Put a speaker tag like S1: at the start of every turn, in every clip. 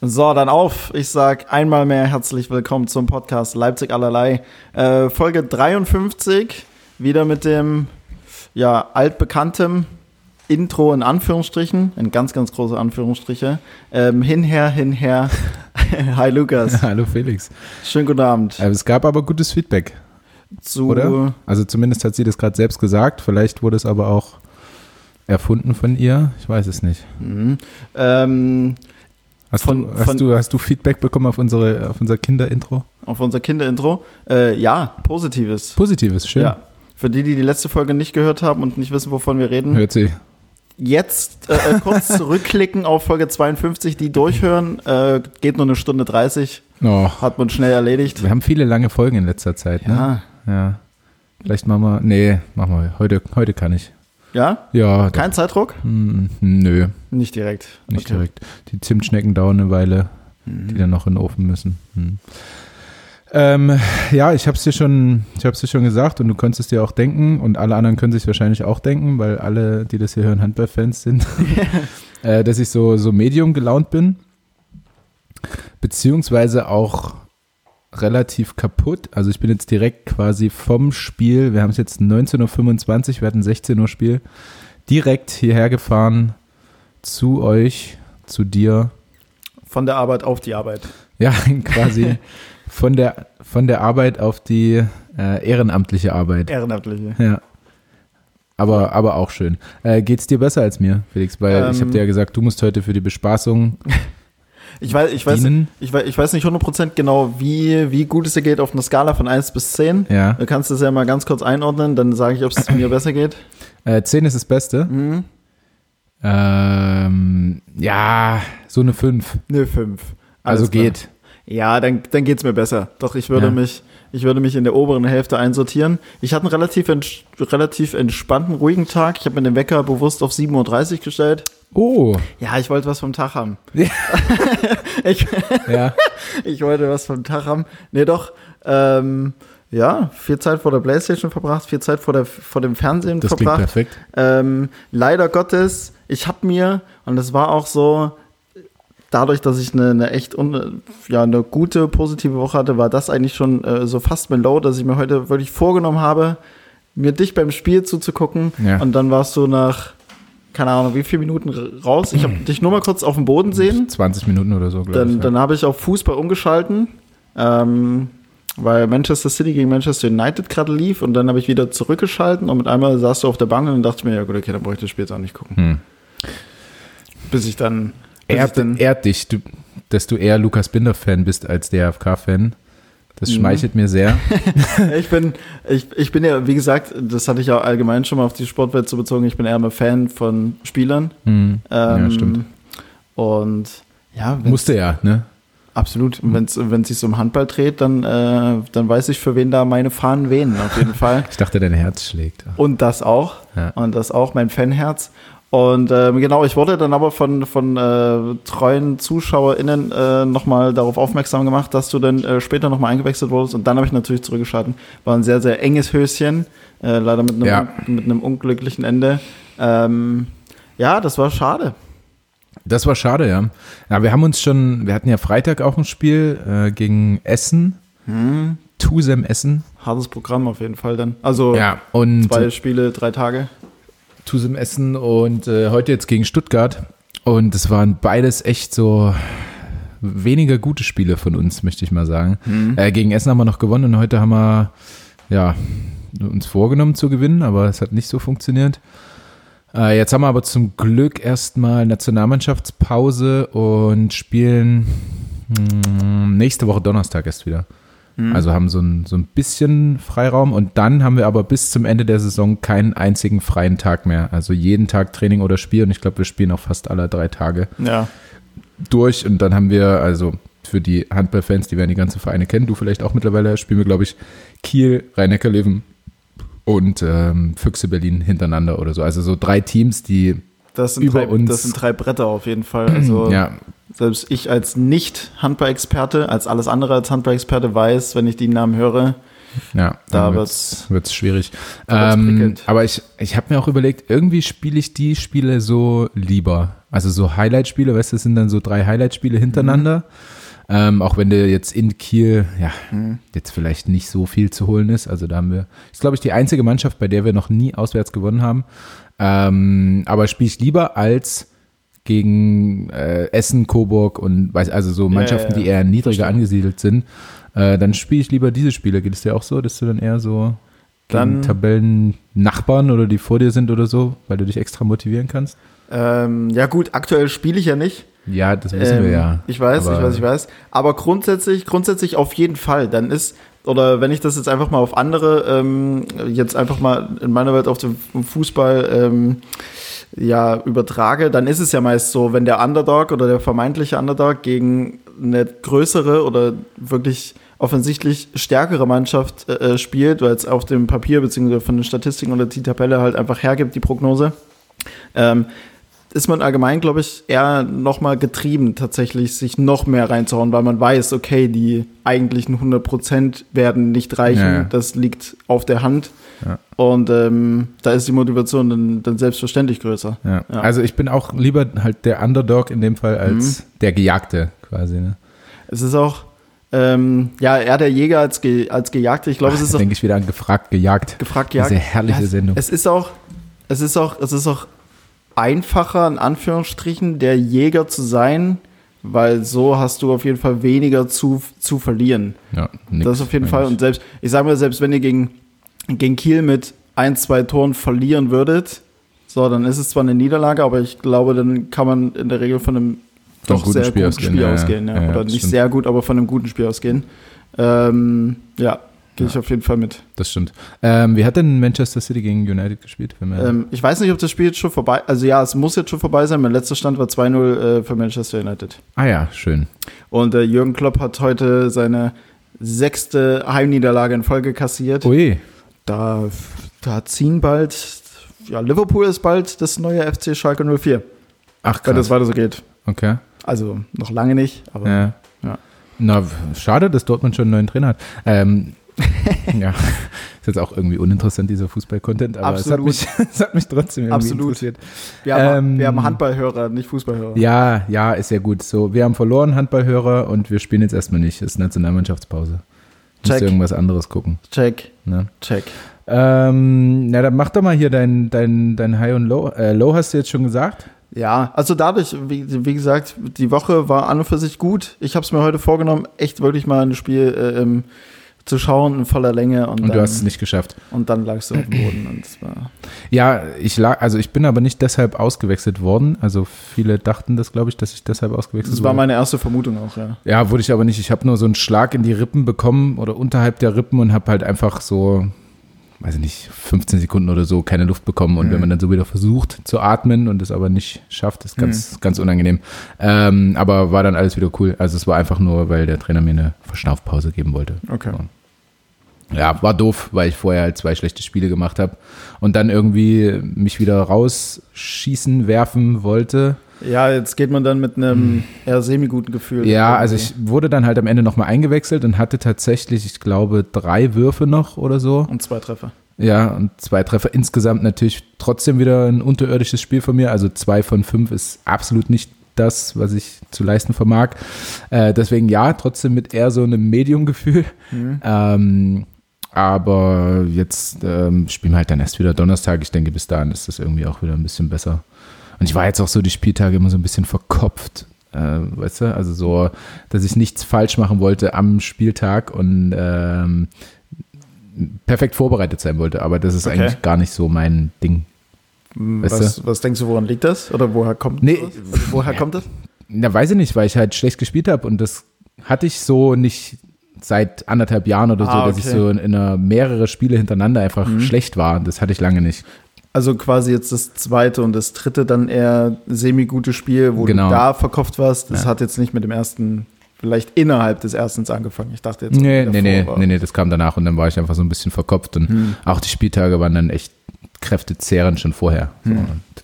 S1: So, dann auf. Ich sag einmal mehr herzlich willkommen zum Podcast Leipzig allerlei. Äh, Folge 53, wieder mit dem ja, altbekanntem Intro in Anführungsstrichen, in ganz, ganz große Anführungsstriche. Ähm, hinher, hinher. Hi Lukas.
S2: Hallo Felix.
S1: Schönen guten Abend.
S2: Äh, Es gab aber gutes Feedback,
S1: Zu
S2: oder? Also zumindest hat sie das gerade selbst gesagt. Vielleicht wurde es aber auch erfunden von ihr. Ich weiß es nicht.
S1: ähm,
S2: Hast,
S1: Von-
S2: du, hast,
S1: von-
S2: du, hast du Feedback bekommen auf, unsere, auf unser Kinderintro?
S1: auf unser Kinderintro. Äh, ja, positives.
S2: Positives, schön.
S1: Ja. Für die, die die letzte Folge nicht gehört haben und nicht wissen, wovon wir reden,
S2: Hört sie.
S1: jetzt äh, äh, kurz zurückklicken auf Folge 52, die durchhören. Äh, geht nur eine Stunde 30,
S2: Oh,
S1: hat man schnell erledigt.
S2: wir haben viele lange Folgen in letzter Zeit, ne?
S1: Ja.
S2: Ja. Vielleicht machen wir. Nee, machen wir. Heute, heute kann ich.
S1: Ja?
S2: Ja,
S1: Kein Zeitdruck?
S2: Hm, nö,
S1: Nicht direkt.
S2: nicht
S1: Okay.
S2: direkt. Die Zimtschnecken dauern eine Weile, die dann noch in den Ofen müssen. Hm. Ähm, ja, ich habe es dir schon, ich hab's dir schon gesagt und du konntest es dir auch denken und alle anderen können sich wahrscheinlich auch denken, weil alle, die das hier hören, Handballfans sind, äh, dass ich so so medium gelaunt bin, beziehungsweise auch relativ kaputt. Also ich bin jetzt direkt quasi vom Spiel, wir haben es jetzt 19.25 Uhr, wir hatten 16 Uhr Spiel, direkt hierher gefahren zu euch, zu dir.
S1: Von der Arbeit auf die Arbeit.
S2: Ja, quasi von der, von der Arbeit auf die äh, ehrenamtliche Arbeit.
S1: Ehrenamtliche.
S2: Ja. Aber, aber auch schön. Äh, geht's dir besser als mir, Felix? Weil ich habe
S1: Ähm.
S2: dir ja gesagt, du musst heute für die Bespaßung
S1: Ich weiß, ich weiß,
S2: dienen.
S1: ich weiß, ich weiß nicht 100% genau, wie, wie gut es dir geht auf einer Skala von 1 bis 10.
S2: Ja.
S1: Du kannst es ja mal ganz kurz einordnen, dann sage ich, ob es mir besser geht.
S2: Äh, 10 ist das Beste.
S1: Mhm.
S2: Ähm, ja, so eine 5.
S1: Nö, 5.
S2: Also geht.
S1: Ja, dann, dann geht's mir besser. Doch ich würde
S2: Ja.
S1: mich, ich würde mich in der oberen Hälfte einsortieren. Ich hatte einen relativ, ents relativ entspannten, ruhigen Tag. Ich habe mir den Wecker bewusst auf 7.30 Uhr gestellt.
S2: Oh,
S1: Ja, ich wollte was vom Tag haben.
S2: Ja.
S1: ich,
S2: ja.
S1: ich wollte was vom Tag haben. Nee, doch, ähm, ja, viel Zeit vor der Playstation verbracht, viel Zeit vor, der, vor dem Fernsehen
S2: Das klingt
S1: verbracht.
S2: perfekt.
S1: Ähm, leider Gottes, ich habe mir, und das war auch so, dadurch, dass ich eine, eine echt un, ja, eine gute, positive Woche hatte, war das eigentlich schon äh, so fast mein Low, dass ich mir heute wirklich vorgenommen habe, mir dich beim Spiel zuzugucken.
S2: Ja.
S1: Und dann warst du nach, keine Ahnung, wie viele Minuten r- raus. Ich habe dich nur mal kurz auf dem Boden sehen.
S2: 20 Minuten oder so, glaube ich.
S1: Dann,
S2: ja.
S1: dann habe ich auf Fußball umgeschalten, ähm, weil Manchester City gegen Manchester United gerade lief und dann habe ich wieder zurückgeschalten und mit einmal saß du auf der Bank und dann dachte ich mir, ja gut, okay, dann brauche ich das Spiel jetzt auch nicht gucken.
S2: Hm.
S1: Bis ich dann. Bis ich
S2: ehrt,
S1: dann
S2: Also ehrt dich, du, dass du eher Lukas Binder-Fan bist als DFK-Fan. Das schmeichelt mir sehr.
S1: ich, bin, ich, ich bin ja, wie gesagt, das hatte ich ja allgemein schon mal auf die Sportwelt zu bezogen, ich bin eher mal Fan von Spielern.
S2: Hm. ja,
S1: Ähm,
S2: stimmt.
S1: Und ja, wenn's-
S2: Musste ja, ne?
S1: absolut. Und wenn's- wenn es sich um Handball dreht, dann, äh, dann weiß ich, für wen da meine Fahnen wehen, auf jeden Fall.
S2: Ich dachte, dein Herz schlägt.
S1: Und das auch.
S2: Ja.
S1: Und das auch, mein Fanherz. Und ähm, genau, ich wurde dann aber von, von äh, treuen ZuschauerInnen äh, nochmal darauf aufmerksam gemacht, dass du dann äh, später nochmal eingewechselt wurdest. Und dann habe ich natürlich zurückgeschalten. War ein sehr, sehr enges Höschen. Äh, leider mit einem,
S2: Ja.
S1: mit einem unglücklichen Ende. Ähm, ja, das war schade.
S2: Das war schade, ja. Ja, wir haben uns schon, wir hatten ja Freitag auch ein Spiel äh, gegen Essen. Tusem Essen.
S1: Hartes Programm auf jeden Fall dann. Also
S2: Und
S1: zwei Spiele, drei Tage.
S2: Tusem Essen und äh, heute jetzt gegen Stuttgart. Und es waren beides echt so weniger gute Spiele von uns, möchte ich mal sagen. Äh, gegen Essen haben wir noch gewonnen und heute haben wir ja, uns vorgenommen zu gewinnen, aber es hat nicht so funktioniert. Äh, jetzt haben wir aber zum Glück erstmal Nationalmannschaftspause und spielen mh, nächste Woche Donnerstag erst wieder.
S1: Mhm.
S2: Also haben so ein, so ein bisschen Freiraum und dann haben wir aber bis zum Ende der Saison keinen einzigen freien Tag mehr. Also jeden Tag Training oder Spiel und ich glaube, wir spielen auch fast alle drei Tage
S1: Ja.
S2: durch und dann haben wir, also für die Handballfans, die werden die ganzen Vereine kennen, du vielleicht auch mittlerweile, spielen wir, glaube ich, Kiel, Rhein-Neckar-Löwen und ähm, Füchse Berlin hintereinander oder so. Also so drei Teams, die,
S1: Das sind,
S2: Über
S1: drei,
S2: uns.
S1: das sind drei Bretter auf jeden Fall. Also
S2: ja,
S1: selbst ich als Nicht-Handball-Experte, als alles andere als Handball-Experte weiß, wenn ich die Namen höre,
S2: Ja,
S1: Da
S2: dann
S1: wird's-
S2: wird's schwierig.
S1: wird's
S2: Ähm,
S1: prickelt.
S2: aber ich, ich habe mir auch überlegt, irgendwie spiele ich die Spiele so lieber. Also so Highlight-Spiele, weißt du, das sind dann so drei Highlight-Spiele hintereinander. Ähm, auch wenn der jetzt in Kiel, ja,
S1: Mhm.
S2: jetzt vielleicht nicht so viel zu holen ist. Also da haben wir, ist glaube ich die einzige Mannschaft, bei der wir noch nie auswärts gewonnen haben. Ähm, aber spiele ich lieber als gegen äh, Essen, Coburg und weiß, also so Mannschaften,
S1: ja,
S2: die eher niedriger angesiedelt sind. Äh, dann spiele ich lieber diese Spiele. Geht es dir auch so, dass du dann eher so
S1: Dann-
S2: gegen Tabellennachbarn oder die vor dir sind oder so, weil du dich extra motivieren kannst?
S1: Ähm, ja gut, aktuell spiele ich ja nicht.
S2: Ja, das wissen wir
S1: Ähm,
S2: ja.
S1: Ich weiß,
S2: Aber
S1: ich weiß, ich weiß. Aber grundsätzlich, grundsätzlich auf jeden Fall. Dann ist, oder wenn ich das jetzt einfach mal auf andere, ähm, jetzt einfach mal in meiner Welt auf den Fußball ähm, ja, übertrage, dann ist es ja meist so, wenn der Underdog oder der vermeintliche Underdog gegen eine größere oder wirklich offensichtlich stärkere Mannschaft äh, äh, spielt, weil es auf dem Papier beziehungsweise von den Statistiken oder die Tabelle halt einfach hergibt, die Prognose. Ähm, ist man allgemein, glaube ich, eher nochmal getrieben, tatsächlich sich noch mehr reinzuhauen, weil man weiß, okay, die eigentlichen 100% werden nicht reichen.
S2: Ja, ja.
S1: Das liegt auf der Hand.
S2: Ja.
S1: Und ähm, da ist die Motivation dann, dann selbstverständlich größer.
S2: Ja.
S1: Ja.
S2: Also ich bin auch lieber halt der Underdog in dem Fall als
S1: Mhm.
S2: der Gejagte quasi. Ne?
S1: Es ist auch, ähm, ja, eher der Jäger als, ge als Gejagte. Ich glaube, es ist auch
S2: denke ich wieder an gefragt, gejagt.
S1: gefragt,
S2: Diese
S1: Jagd.
S2: herrliche
S1: Ja, es-
S2: Sendung.
S1: Es ist auch, es ist auch, es ist auch einfacher, in Anführungsstrichen, der Jäger zu sein, weil so hast du auf jeden Fall weniger zu, zu verlieren.
S2: ja, nix
S1: das auf jeden Fall.
S2: eigentlich.
S1: Und selbst, ich sage mal, selbst wenn ihr gegen, gegen Kiel mit ein, zwei Toren verlieren würdet, so, dann ist es zwar eine Niederlage, aber ich glaube, dann kann man in der Regel von einem
S2: Von
S1: doch
S2: guten
S1: sehr
S2: Spiel
S1: guten
S2: ausgehen,
S1: Spiel
S2: ja, ja.
S1: ausgehen. Ja,
S2: Ja, ja,
S1: Oder
S2: das
S1: nicht
S2: stimmt.
S1: sehr gut, aber von einem guten Spiel ausgehen. Ähm, ja, gehe ich auf jeden Fall mit.
S2: Das stimmt. Ähm, wie hat denn Manchester City gegen United gespielt? Wenn wir-
S1: Ähm, ich weiß nicht, ob das Spiel jetzt schon vorbei Also ja, es muss jetzt schon vorbei sein. Mein letzter Stand war 2-0 äh, für Manchester United.
S2: ah ja, schön.
S1: Und äh, Jürgen Klopp hat heute seine sechste Heimniederlage in Folge kassiert.
S2: Ui,
S1: Da, da ziehen bald, ja, Liverpool ist bald das neue FC Schalke 04,
S2: ach
S1: wenn
S2: krass.
S1: das weiter so geht.
S2: Okay.
S1: Also noch lange nicht, aber
S2: Ja.
S1: Ja.
S2: Na, w- schade, dass Dortmund schon einen neuen Trainer hat. Ähm, ja, ist jetzt auch irgendwie uninteressant, dieser Fußball-Content, aber es hat,
S1: Absolut.
S2: mich, es hat mich trotzdem irgendwie
S1: Absolut.
S2: interessiert.
S1: wir, haben,
S2: Ähm,
S1: wir haben Handballhörer, nicht Fußballhörer.
S2: Ja, ja, ist ja gut. So, wir haben verloren, Handballhörer, und wir spielen jetzt erstmal nicht. Ist Nationalmannschaftspause. Musst
S1: Check.
S2: irgendwas anderes gucken.
S1: Check,
S2: Ne?
S1: check.
S2: Ähm, na, dann mach doch mal hier dein, dein, dein High und Low. Äh, Low hast du jetzt schon gesagt?
S1: Ja, also dadurch, wie, wie gesagt, die Woche war an und für sich gut. Ich habe es mir heute vorgenommen, echt wirklich mal ein Spiel äh, ähm, zu schauen in voller Länge und,
S2: Und
S1: dann,
S2: du hast es nicht geschafft.
S1: und dann lagst du auf dem Boden. Und es war,
S2: Ja, ich lag, also ich bin aber nicht deshalb ausgewechselt worden. Also viele dachten das, glaube ich, dass ich deshalb ausgewechselt
S1: das war
S2: wurde.
S1: meine erste Vermutung auch, ja.
S2: Ja, wurde ich aber nicht. Ich habe nur so einen Schlag in die Rippen bekommen oder unterhalb der Rippen und habe halt einfach so, weiß ich nicht, 15 Sekunden oder so keine Luft bekommen.
S1: Mhm.
S2: Und wenn man dann so wieder versucht zu atmen und es aber nicht schafft, ist
S1: Mhm.
S2: ganz, ganz unangenehm. Ähm, aber war dann alles wieder cool. Also es war einfach nur, weil der Trainer mir eine Verschnaufpause geben wollte.
S1: Okay.
S2: Ja, war doof, weil ich vorher halt zwei schlechte Spiele gemacht habe und dann irgendwie mich wieder rausschießen, werfen wollte.
S1: Ja, jetzt geht man dann mit einem eher semi-guten Gefühl.
S2: Hm. Ja, also
S1: irgendwie.
S2: ich wurde dann halt am Ende nochmal eingewechselt und hatte tatsächlich, ich glaube, drei Würfe noch oder so.
S1: Und zwei Treffer.
S2: Ja, und zwei Treffer insgesamt natürlich trotzdem wieder ein unterirdisches Spiel von mir. Also zwei von fünf ist absolut nicht das, was ich zu leisten vermag. Äh, deswegen ja, trotzdem mit eher so einem Medium-Gefühl. Ähm, aber jetzt ähm, spielen wir halt dann erst wieder Donnerstag. Ich denke, bis dahin ist das irgendwie auch wieder ein bisschen besser. Und ich war jetzt auch so die Spieltage immer so ein bisschen verkopft. Äh, weißt du, also so, dass ich nichts falsch machen wollte am Spieltag und ähm, perfekt vorbereitet sein wollte. Aber das ist
S1: Okay.
S2: eigentlich gar nicht so mein Ding. Weißt
S1: Was, was denkst du, woran liegt das? Oder woher kommt
S2: Nee.
S1: das? Also woher kommt das?
S2: Na, weiß ich nicht, weil ich halt schlecht gespielt habe und das hatte ich so nicht seit anderthalb Jahren oder so,
S1: Ah,
S2: dass ich
S1: okay. Mhm.
S2: so in, in einer mehrere Spiele hintereinander einfach schlecht war. Das hatte ich lange nicht.
S1: Also quasi jetzt das zweite und das dritte dann eher semi-gute Spiel, wo
S2: Genau.
S1: du da verkopft warst. Das
S2: Ja.
S1: hat jetzt nicht mit dem ersten, vielleicht innerhalb des ersten angefangen. Ich dachte jetzt.
S2: Nee,
S1: davor
S2: nee, nee,
S1: war- Mhm.
S2: nee, nee, das kam danach und dann war ich einfach so ein bisschen verkopft und auch die Spieltage waren dann echt kräftezehrend schon vorher. So,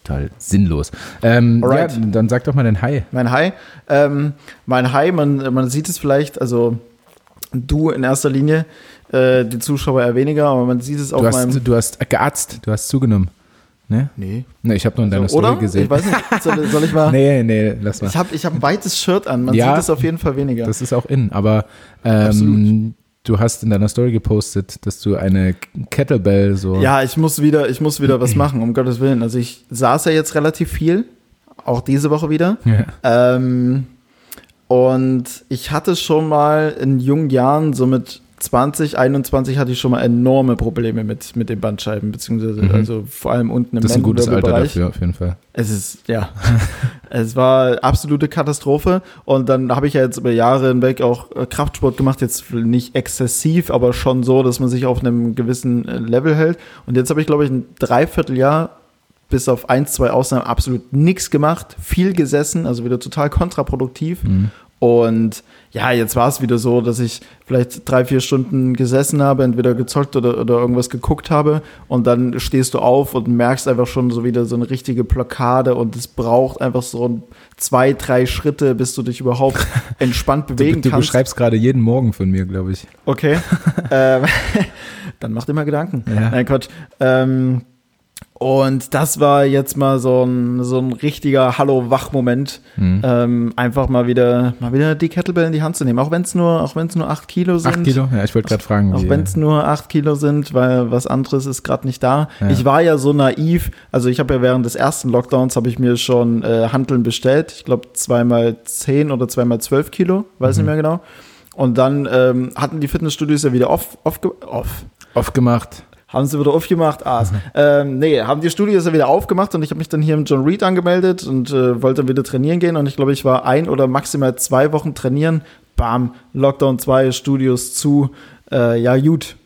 S2: Total sinnlos. Ähm, ja,
S1: Mhm. Alright.
S2: dann sag doch mal den Hi.
S1: Mein High. Ähm, mein High, man, man sieht es vielleicht, also du in erster Linie. Äh, die Zuschauer eher weniger, aber man sieht es auf
S2: Du hast,
S1: meinem.
S2: du hast gearzt, du hast zugenommen. Ne?
S1: Nee.
S2: Ne, ich habe nur in deiner Story
S1: Oder?
S2: gesehen.
S1: Ich weiß nicht. Soll, soll ich mal.
S2: Nee, nee, lass mal.
S1: Ich habe ich hab ein weites Shirt an. Man
S2: Ja.
S1: sieht es auf jeden Fall weniger.
S2: Das ist auch in, aber ähm, du hast in deiner Story gepostet, dass du eine Kettlebell so.
S1: ja, ich muss wieder, ich muss wieder was machen, um Gottes Willen. Also ich saß ja jetzt relativ viel, auch diese Woche wieder.
S2: Ja.
S1: Ähm, und ich hatte schon mal in jungen Jahren, so mit 20, 21, hatte ich schon mal enorme Probleme mit, mit den Bandscheiben, beziehungsweise also vor allem unten im
S2: Mhm. Das ist ein gutes Alter
S1: Lendenwirbelbereich.
S2: dafür, auf jeden Fall.
S1: Es ist, ja. es war absolute Katastrophe. Und dann habe ich ja jetzt über Jahre hinweg auch äh, Kraftsport gemacht. Jetzt nicht exzessiv, aber schon so, dass man sich auf einem gewissen äh, Level hält. Und jetzt habe ich, glaube ich, ein Dreivierteljahr bis auf ein, zwei Ausnahmen absolut nichts gemacht. Viel gesessen, also wieder total kontraproduktiv.
S2: Mhm.
S1: Und ja, jetzt war es wieder so, dass ich vielleicht drei, vier Stunden gesessen habe, entweder gezockt oder, oder irgendwas geguckt habe. Und dann stehst du auf und merkst einfach schon so wieder so eine richtige Blockade. Und es braucht einfach so ein, zwei, drei Schritte, bis du dich überhaupt entspannt bewegen
S2: Du, du
S1: kannst.
S2: beschreibst gerade jeden Morgen von mir, glaube ich.
S1: Okay. ähm, dann macht immer Gedanken.
S2: Ja.
S1: Nein, Quatsch. Ähm, und das war jetzt mal so ein, so ein richtiger Hallo-Wach-Moment. Ähm, einfach mal wieder, mal wieder die Kettlebell in die Hand zu nehmen. Auch wenn es nur, auch wenn es nur acht Kilo sind.
S2: Acht Kilo? Ja, ich wollte gerade fragen.
S1: Auch
S2: wie-
S1: wenn es nur acht Kilo sind, weil was anderes ist gerade nicht da.
S2: Ja.
S1: Ich war ja so naiv, also ich habe ja während des ersten Lockdowns habe ich mir schon äh, Hanteln bestellt. Ich glaube zweimal zehn oder zweimal zwölf Kilo, weiß nicht mehr genau. Und dann ähm, hatten die Fitnessstudios ja wieder off, off, off.
S2: äh, aufgemacht.
S1: Haben sie wieder aufgemacht? Ah, ähm, nee, haben die Studios ja wieder aufgemacht und ich habe mich dann hier im John Reed angemeldet und äh, wollte dann wieder trainieren gehen und ich glaube, ich war ein oder maximal zwei Wochen trainieren. Bam, Lockdown 2, Studios zu. Äh, ja, gut.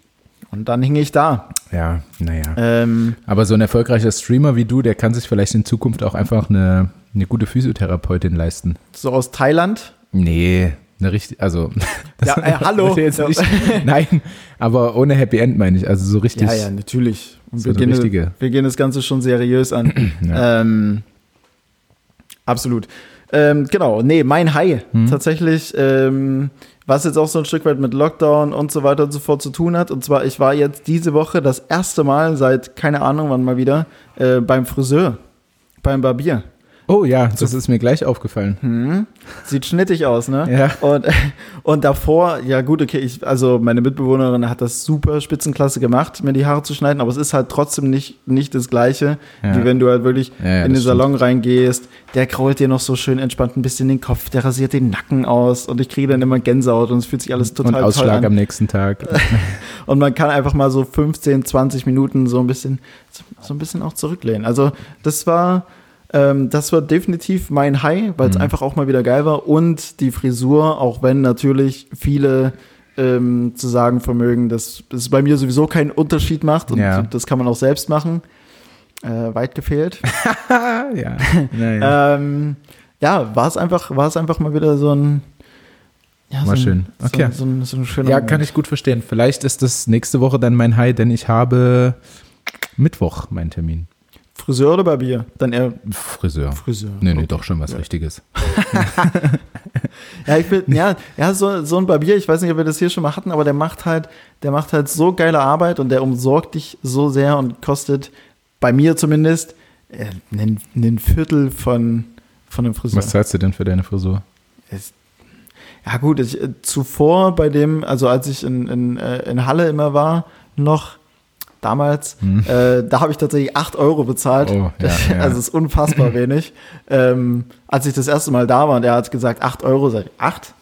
S1: Und dann hing ich da.
S2: Ja, naja.
S1: Ähm,
S2: Aber so ein erfolgreicher Streamer wie du, der kann sich vielleicht in Zukunft auch einfach eine, eine gute Physiotherapeutin leisten.
S1: so aus Thailand.
S2: Nee, eine richtig, also.
S1: Ja, äh, hallo.
S2: Das ist jetzt nicht, nein, aber ohne Happy End meine ich. Also so richtig.
S1: Ja, ja, natürlich. Und
S2: So
S1: wir,
S2: eine
S1: gehen,
S2: richtige.
S1: wir gehen das Ganze schon seriös an. ähm, absolut. Ähm, genau, nee, mein High. Tatsächlich, ähm, was jetzt auch so ein Stück weit mit Lockdown und so weiter und so fort zu tun hat. Und zwar, ich war jetzt diese Woche das erste Mal seit, keine Ahnung wann mal wieder, äh, beim Friseur, beim Barbier.
S2: Oh ja, das ist mir gleich aufgefallen.
S1: Sieht schnittig aus, ne?
S2: Ja.
S1: Und, und davor, ja gut, okay, ich, also meine Mitbewohnerin hat das super spitzenklasse gemacht, mir die Haare zu schneiden, aber es ist halt trotzdem nicht, nicht das Gleiche,
S2: Ja.
S1: wie wenn du halt wirklich
S2: Ja, ja,
S1: in den
S2: das
S1: Salon reingehst, der krault dir noch so schön entspannt ein bisschen den Kopf, der rasiert den Nacken aus und ich kriege dann immer Gänsehaut und es fühlt sich alles
S2: Und
S1: total toll
S2: Ausschlag
S1: an.
S2: am nächsten Tag.
S1: Und man kann einfach mal so 15, 20 Minuten so ein bisschen, so ein bisschen auch zurücklehnen. Also das war, ähm, das war definitiv mein High, weil
S2: Mhm.
S1: es einfach auch mal wieder geil war. Und die Frisur, auch wenn natürlich viele ähm, zu sagen vermögen, dass es bei mir sowieso keinen Unterschied macht und
S2: Ja.
S1: das kann man auch selbst machen. Äh, weit gefehlt.
S2: Ah, ja. Naja.
S1: ähm, ja, war es einfach, war es einfach mal wieder so ein ja,
S2: War
S1: so ein,
S2: schön. Okay.
S1: So, so, ein, so ein schöner
S2: Äh, ja,
S1: Moment.
S2: kann ich gut verstehen. Vielleicht ist das nächste Woche dann mein High, denn ich habe Mittwoch meinen Termin.
S1: Friseur oder Barbier? Dann eher
S2: Friseur.
S1: Friseur.
S2: Nee, nee, doch schon was Richtiges.
S1: Ja, ich bin, ja, ja, so, so ein Barbier, ich weiß nicht, ob wir das hier schon mal hatten, aber der macht halt, der macht halt so geile Arbeit und der umsorgt dich so sehr und kostet bei mir zumindest äh, einen, einen Viertel von, von dem Friseur.
S2: Was zahlst du denn für deine Frisur?
S1: Es- Ja gut, ich, äh, zuvor bei dem, also als ich in, in, äh, in Halle immer war, noch damals, äh, da habe ich tatsächlich 8 Euro bezahlt.
S2: Hm. Oh, ja, ja.
S1: Also es ist unfassbar wenig. Ähm, als ich das erste Mal da war und er hat gesagt, 8 Euro, sag ich, 8?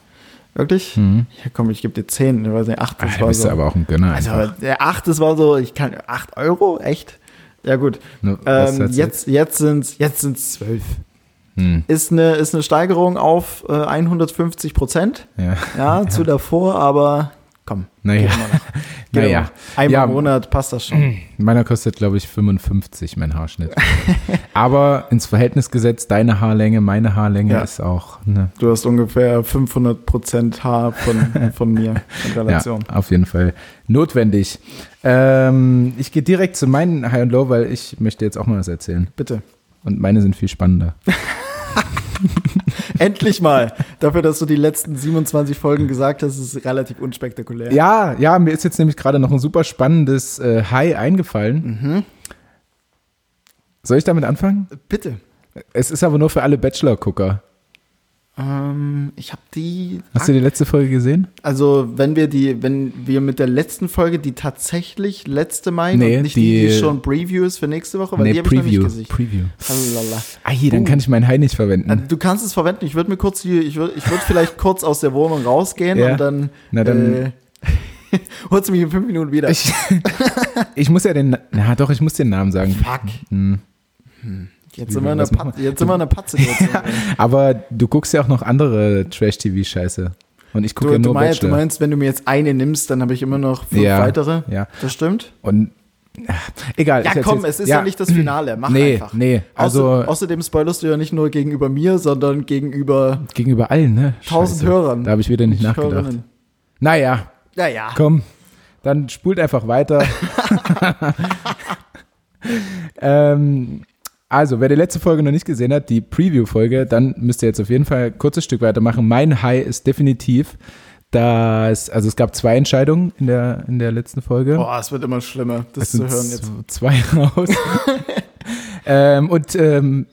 S1: Wirklich? Ja, komm, ich gebe dir 10, ich weiß nicht, 8, das
S2: Hm. Ah, du
S1: war
S2: bist
S1: so.
S2: aber auch ein Gönner.
S1: also,
S2: einfach.
S1: der 8, das war so, ich kann, 8 Euro? Echt? Ja gut.
S2: Ne, was
S1: Ähm,
S2: hat's
S1: jetzt jetzt sind es jetzt sind's 12
S2: Hm,
S1: ist eine, ist eine Steigerung auf äh, 150 Prozent.
S2: ja.
S1: Ja, zu davor, aber komm.
S2: Naja.
S1: geht immer noch. Geht immer
S2: Naja.
S1: noch. Einmal
S2: Genau. ja, Hm.
S1: im Monat passt das schon.
S2: Meiner kostet, glaube ich, 55, mein Haarschnitt. Aber ins Verhältnis gesetzt, deine Haarlänge, meine Haarlänge
S1: Ja.
S2: ist auch. Ne,
S1: Du hast ungefähr 500 Prozent Haar von, von mir in Relation.
S2: Ja, auf jeden Fall notwendig. Ähm, ich gehe direkt zu meinen High und Low, weil ich möchte jetzt auch mal was erzählen.
S1: Bitte.
S2: Und meine sind viel spannender.
S1: Endlich mal. Dafür, dass du die letzten 27 Folgen gesagt hast, ist es relativ unspektakulär.
S2: Ja, ja, mir ist jetzt nämlich gerade noch ein super spannendes äh, High eingefallen. Soll ich damit anfangen?
S1: Bitte.
S2: Es ist aber nur für alle Bachelor-Gucker.
S1: Ähm, ich habe die.
S2: Hast du die letzte Folge gesehen?
S1: Also, wenn wir die, wenn wir mit der letzten Folge die tatsächlich letzte meinen
S2: Nee,
S1: und nicht die, die
S2: die-
S1: schon Preview ist für nächste Woche, weil die habe ich noch nicht
S2: Preview.
S1: gesehen.
S2: Preview. Uh.
S1: Halala.
S2: Ai, Ah, dann kann ich meinen High nicht verwenden.
S1: Du kannst es verwenden. Ich würde mir kurz, die, ich würde, ich würde vielleicht kurz aus der Wohnung rausgehen
S2: Ja.
S1: und dann.
S2: Na, dann-
S1: Äh, holst du mich in fünf Minuten wieder.
S2: Ich, ich muss ja den. Na doch, ich muss den Namen sagen.
S1: Fuck. Hm. Jetzt sind wir in einer
S2: Hm. Was machen
S1: Pat- jetzt sind wir in einer Pattsituation.
S2: Aber du guckst ja auch noch andere Trash-TV-Scheiße. Und ich gucke
S1: Du,
S2: ja
S1: du,
S2: nur
S1: meinst, du
S2: Bachelor.
S1: meinst, wenn du mir jetzt eine nimmst, dann habe ich immer noch fünf
S2: Ja,
S1: weitere?
S2: ja.
S1: Das stimmt?
S2: Und ah, egal.
S1: Ja,
S2: ich
S1: komm,
S2: erzähl's-
S1: es ist ja. nicht das Finale. Mach
S2: Nee,
S1: einfach.
S2: nee, also-
S1: Außer, außerdem spoilerst du ja nicht nur gegenüber mir, sondern gegenüber
S2: Gegenüber allen, ne?
S1: tausend
S2: Scheiße.
S1: Hörern.
S2: Da habe ich wieder nicht nachgedacht.
S1: Hörerinnen.
S2: Naja,
S1: Naja.
S2: komm, dann spult einfach weiter. ähm, also, wer die letzte Folge noch nicht gesehen hat, die Preview-Folge, dann müsst ihr jetzt auf jeden Fall ein kurzes Stück weitermachen. Mein High ist definitiv, dass, also es gab zwei Entscheidungen in der, in der letzten Folge.
S1: Boah, es wird immer schlimmer, das
S2: Es
S1: zu
S2: sind
S1: hören jetzt.
S2: z- zwei raus. ähm, und ähm,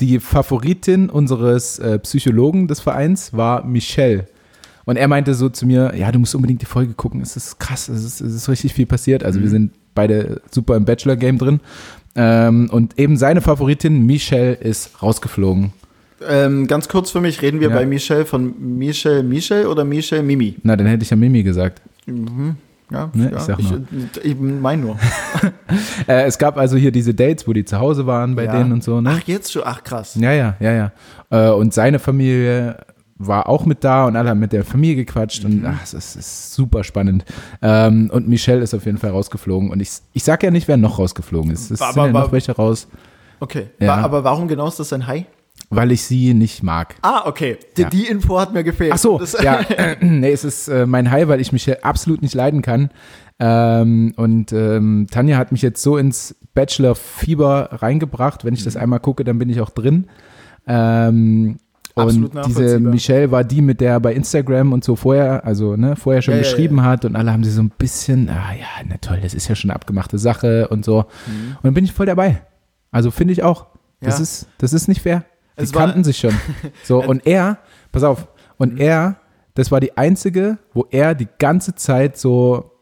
S2: die Favoritin unseres äh, Psychologen des Vereins war Michelle. Und er meinte so zu mir, ja, du musst unbedingt die Folge gucken, es ist krass, es ist, es ist richtig viel passiert. Also
S1: Mhm.
S2: wir sind beide super im Bachelor-Game drin. Ähm, und eben seine Favoritin, Michelle, ist rausgeflogen.
S1: Ähm, ganz kurz für mich, reden wir
S2: Ja.
S1: bei Michelle von Michelle Michelle oder Michelle Mimi?
S2: Na, dann hätte ich ja Mimi gesagt.
S1: Ja,
S2: Ne,
S1: ja.
S2: ich sag nur.
S1: ich, ich mein nur.
S2: Äh, es gab also hier diese Dates, wo die zu Hause waren bei
S1: Ja.
S2: denen und so, ne?
S1: Ach, jetzt schon, ach krass.
S2: Ja, ja, ja, ja. Äh, und seine Familie war auch mit da und alle haben mit der Familie gequatscht und ach, es ist, es ist super spannend. Ähm, und Michelle ist auf jeden Fall rausgeflogen und ich, ich sag ja nicht, wer noch rausgeflogen ist. Es
S1: Aber-
S2: sind ja
S1: aber-
S2: noch welche raus,
S1: Okay.
S2: Ja.
S1: Wa- Aber warum genau ist das ein High?
S2: weil ich sie nicht mag.
S1: Ah, okay. Die,
S2: Ja.
S1: die Info hat mir gefehlt.
S2: Ach so,
S1: Das-
S2: ja, nee, es ist äh, mein High, weil ich Michelle absolut nicht leiden kann. Ähm, und ähm, Tanja hat mich jetzt so ins Bachelor-Fieber reingebracht. Wenn ich
S1: Mhm.
S2: das einmal gucke, dann bin ich auch drin. Ähm,
S1: Absolut
S2: und diese
S1: nachvollziehbar.
S2: Michelle war die, mit der er bei Instagram und so vorher, also ne, vorher schon
S1: Ja, ja,
S2: geschrieben hat und alle haben sie so ein bisschen, ah ja, na toll, das ist ja schon eine abgemachte Sache und so. Und dann bin ich voll dabei. Also finde ich auch. Das
S1: Mhm. Ja.
S2: ist, das ist nicht fair. Die
S1: Es war- Mhm.
S2: kannten sich schon. So, und er, pass auf, und er, das war die einzige, wo er die ganze Zeit so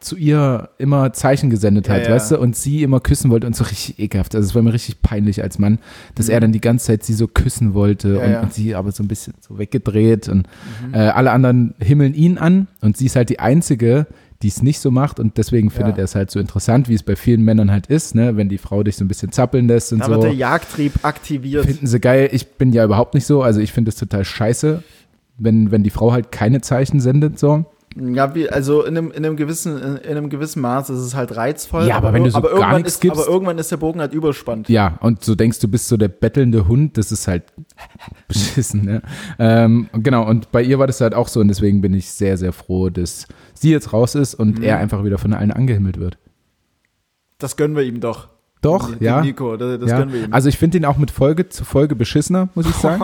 S2: zu ihr immer Zeichen gesendet hat,
S1: Ja, ja.
S2: weißt du, und sie immer küssen wollte und so richtig ekelhaft. Also es war mir richtig peinlich als Mann, dass er dann die ganze Zeit sie so küssen wollte
S1: Mhm. Ja,
S2: und,
S1: ja. Mhm.
S2: und sie aber so ein bisschen so weggedreht und äh, alle anderen himmeln ihn an und sie ist halt die einzige, die es nicht so macht und deswegen findet er es halt so interessant, wie es bei vielen Männern halt ist, ne, wenn die Frau dich so ein bisschen zappeln lässt und
S1: Da
S2: so
S1: wird der Jagdtrieb aktiviert.
S2: finden sie geil. Ich bin ja überhaupt nicht so. Also ich finde es total scheiße, wenn, wenn die Frau halt keine Zeichen sendet. So.
S1: Ja, wie, also in einem, in einem gewissen, in einem gewissen Maß ist es halt reizvoll.
S2: Ja, aber wenn
S1: ir-
S2: du so gar
S1: irgendwann
S2: nichts
S1: ist,
S2: gibst-
S1: aber irgendwann ist der Bogen halt überspannt.
S2: Ja, und so denkst du, bist so der bettelnde Hund. Das ist halt beschissen. Ne? Ähm, genau, und bei ihr war das halt auch so. Und deswegen bin ich sehr, sehr froh, dass sie jetzt raus ist und er einfach wieder von allen angehimmelt wird.
S1: Das gönnen wir ihm doch.
S2: Doch,
S1: Dem
S2: ja.
S1: Nico, das, das
S2: ja.
S1: gönnen wir ihm.
S2: Also ich finde ihn auch mit Folge zu Folge beschissener, muss ich sagen.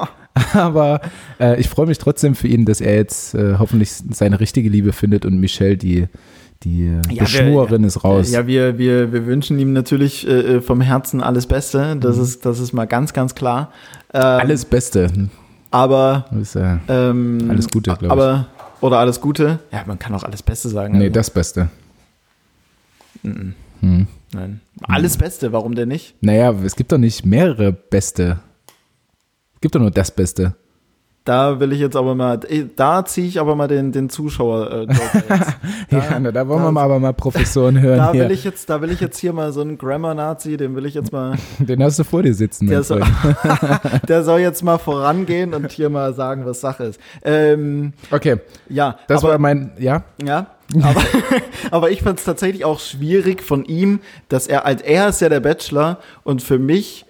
S2: Aber äh, ich freue mich trotzdem für ihn, dass er jetzt äh, hoffentlich seine richtige Liebe findet und Michelle, die, die äh,
S1: Ja,
S2: Beschwurerin, ist raus.
S1: ja, wir, wir, wir wünschen ihm natürlich äh, äh, vom Herzen alles Beste. Das, ist, das ist mal ganz, ganz klar. Ähm,
S2: Mhm. Alles Beste.
S1: Aber.
S2: Das ist, äh,
S1: Ähm,
S2: Alles Gute, glaub ich.
S1: Aber. Oder alles Gute. Ja, man kann auch alles Beste sagen.
S2: nee,
S1: Also,
S2: das Beste.
S1: Nein.
S2: Mhm.
S1: Alles Beste, warum denn nicht?
S2: Naja, es gibt doch nicht mehrere Beste. Es gibt doch nur das Beste.
S1: Da will ich jetzt aber mal, da ziehe ich aber mal den, den Zuschauer. Äh, Joker jetzt.
S2: Da, ja, na, da wollen
S1: da-
S2: wir mal aber mal Professoren hören.
S1: da
S2: hier.
S1: will ich jetzt, da will ich jetzt hier mal so einen Grammar-Nazi, den will ich jetzt mal,
S2: Den hast du vor dir sitzen.
S1: der
S2: Mein
S1: soll,
S2: Freund.
S1: der soll jetzt mal vorangehen und hier mal sagen, was Sache ist. Ähm,
S2: Okay,
S1: ja,
S2: das
S1: aber,
S2: war mein, ja,
S1: ja, aber, aber ich fand es tatsächlich auch schwierig von ihm, dass er, als er ist ja der Bachelor und für mich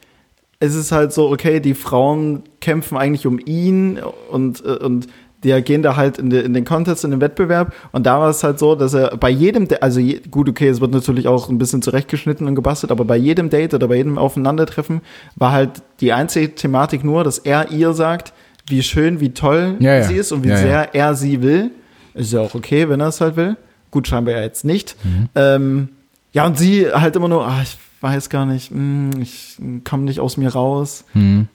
S1: ist es halt so, okay, die Frauen kämpfen eigentlich um ihn und, äh, und die gehen da halt in, de, in den Contest, in den Wettbewerb. Und da war es halt so, dass er bei jedem, De- also je, gut, okay, es wird natürlich auch ein bisschen zurechtgeschnitten und gebastelt, aber bei jedem Date oder bei jedem Aufeinandertreffen war halt die einzige Thematik nur, dass er ihr sagt, wie schön, wie toll
S2: Ja, ja.
S1: sie ist und wie
S2: Ja, ja.
S1: sehr er sie will. Ist ja auch okay, wenn er es halt will. Gut, scheinbar ja jetzt nicht.
S2: Mhm.
S1: Ähm, ja, und sie halt immer nur, ah, ich weiß gar nicht, hm, ich komme nicht aus mir raus. Oh,
S2: Mhm.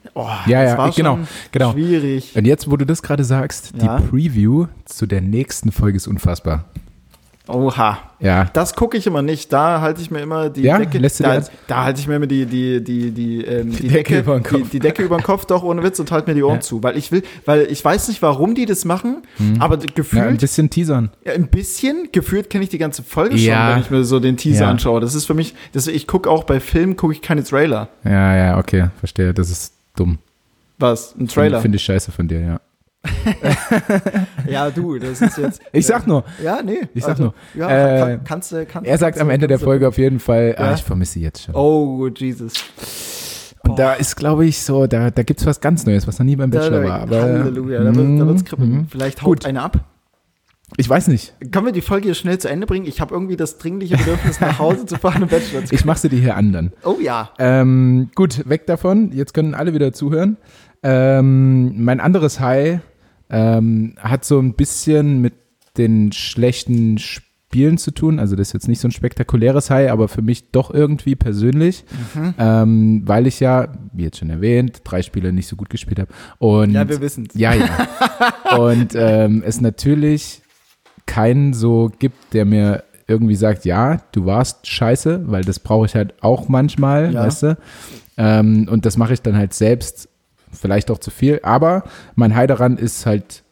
S2: Ja,
S1: das
S2: ja,
S1: war
S2: genau,
S1: schon
S2: genau.
S1: Schwierig.
S2: Und jetzt, wo du das gerade sagst,
S1: Ja.
S2: die Preview zu der nächsten Folge ist unfassbar.
S1: Oha.
S2: Ja.
S1: Das gucke ich immer nicht. Da halte ich mir immer die
S2: Ja?
S1: Decke.
S2: Lässt du
S1: da, halt,
S2: die als-
S1: da halte ich mir immer die, die, die, die, ähm, die,
S2: Decke über den
S1: die,
S2: Kopf.
S1: die Decke über den Kopf, doch ohne Witz und halte mir die Ohren
S2: Ja.
S1: zu. Weil ich will, weil ich weiß nicht, warum die das machen,
S2: Mhm.
S1: aber d-
S2: Na, ein
S1: gefühlt,
S2: bisschen teasern.
S1: ja, ein bisschen, gefühlt kenne ich die ganze Folge schon,
S2: Ja.
S1: wenn ich mir so den Teaser
S2: Ja.
S1: anschaue. Das ist für mich, das, ich gucke auch bei Filmen, gucke ich keine Trailer.
S2: Ja, ja, okay, verstehe. Das ist dumm.
S1: Was? Ein Trailer?
S2: Finde ich scheiße von dir, ja.
S1: Ja, du, das ist jetzt.
S2: Ich sag nur,
S1: Ja, nee.
S2: Ich sag nur,
S1: Also, Ja,
S2: äh,
S1: kann, kannst du, kannst
S2: er sagt am Ende der Folge auf jeden Fall,
S1: Ja.
S2: ah, ich vermisse sie jetzt schon.
S1: Oh, Jesus.
S2: Und da ist, glaube ich, so, da, da gibt es was ganz Neues, was noch nie beim
S1: Da,
S2: Bachelor
S1: da,
S2: war. Aber,
S1: Halleluja, da, wird, da wird's
S2: Mm,
S1: kribbeln.
S2: mm.
S1: Vielleicht haut
S2: Gut.
S1: eine ab.
S2: Ich weiß nicht.
S1: Können wir die Folge hier schnell zu Ende bringen? Ich habe irgendwie das dringliche Bedürfnis, nach Hause zu fahren und Bachelor zu
S2: Ich mache sie dir hier an dann.
S1: Oh ja.
S2: Ähm, gut, weg davon. Jetzt können alle wieder zuhören. Ähm, mein anderes High ähm, hat so ein bisschen mit den schlechten Spielen zu tun. Also das ist jetzt nicht so ein spektakuläres High, aber für mich doch irgendwie persönlich,
S1: Mhm.
S2: ähm, weil ich ja, wie jetzt schon erwähnt, drei Spiele nicht so gut gespielt habe. Und
S1: Ja, wir wissen's.
S2: Ja, ja. Und ähm, es natürlich keinen so gibt, der mir irgendwie sagt, ja, du warst scheiße, weil das brauche ich halt auch manchmal,
S1: Ja.
S2: weißt du? Ähm, und das mache ich dann halt selbst, vielleicht auch zu viel, aber mein High daran ist halt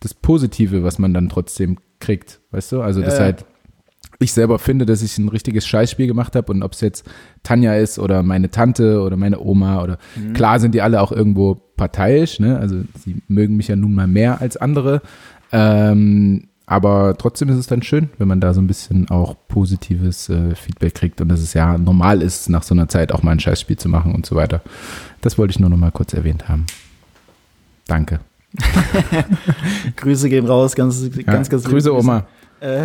S2: das Positive, was man dann trotzdem kriegt, weißt du? Also, das
S1: Ja.
S2: halt ich selber finde, dass ich ein richtiges Scheißspiel gemacht habe und ob es jetzt Tanja ist oder meine Tante oder meine Oma oder
S1: Mhm.
S2: klar sind die alle auch irgendwo parteiisch, ne? Also sie mögen mich ja nun mal mehr als andere. Ähm, aber trotzdem ist es dann schön, wenn man da so ein bisschen auch positives äh, Feedback kriegt und dass es ja normal ist, nach so einer Zeit auch mal ein Scheißspiel zu machen und so weiter. Das wollte ich nur noch mal kurz erwähnt haben. Danke.
S1: Grüße gehen raus, ganz,
S2: Ja,
S1: ganz, ganz liebe
S2: Grüße, Oma.
S1: Äh,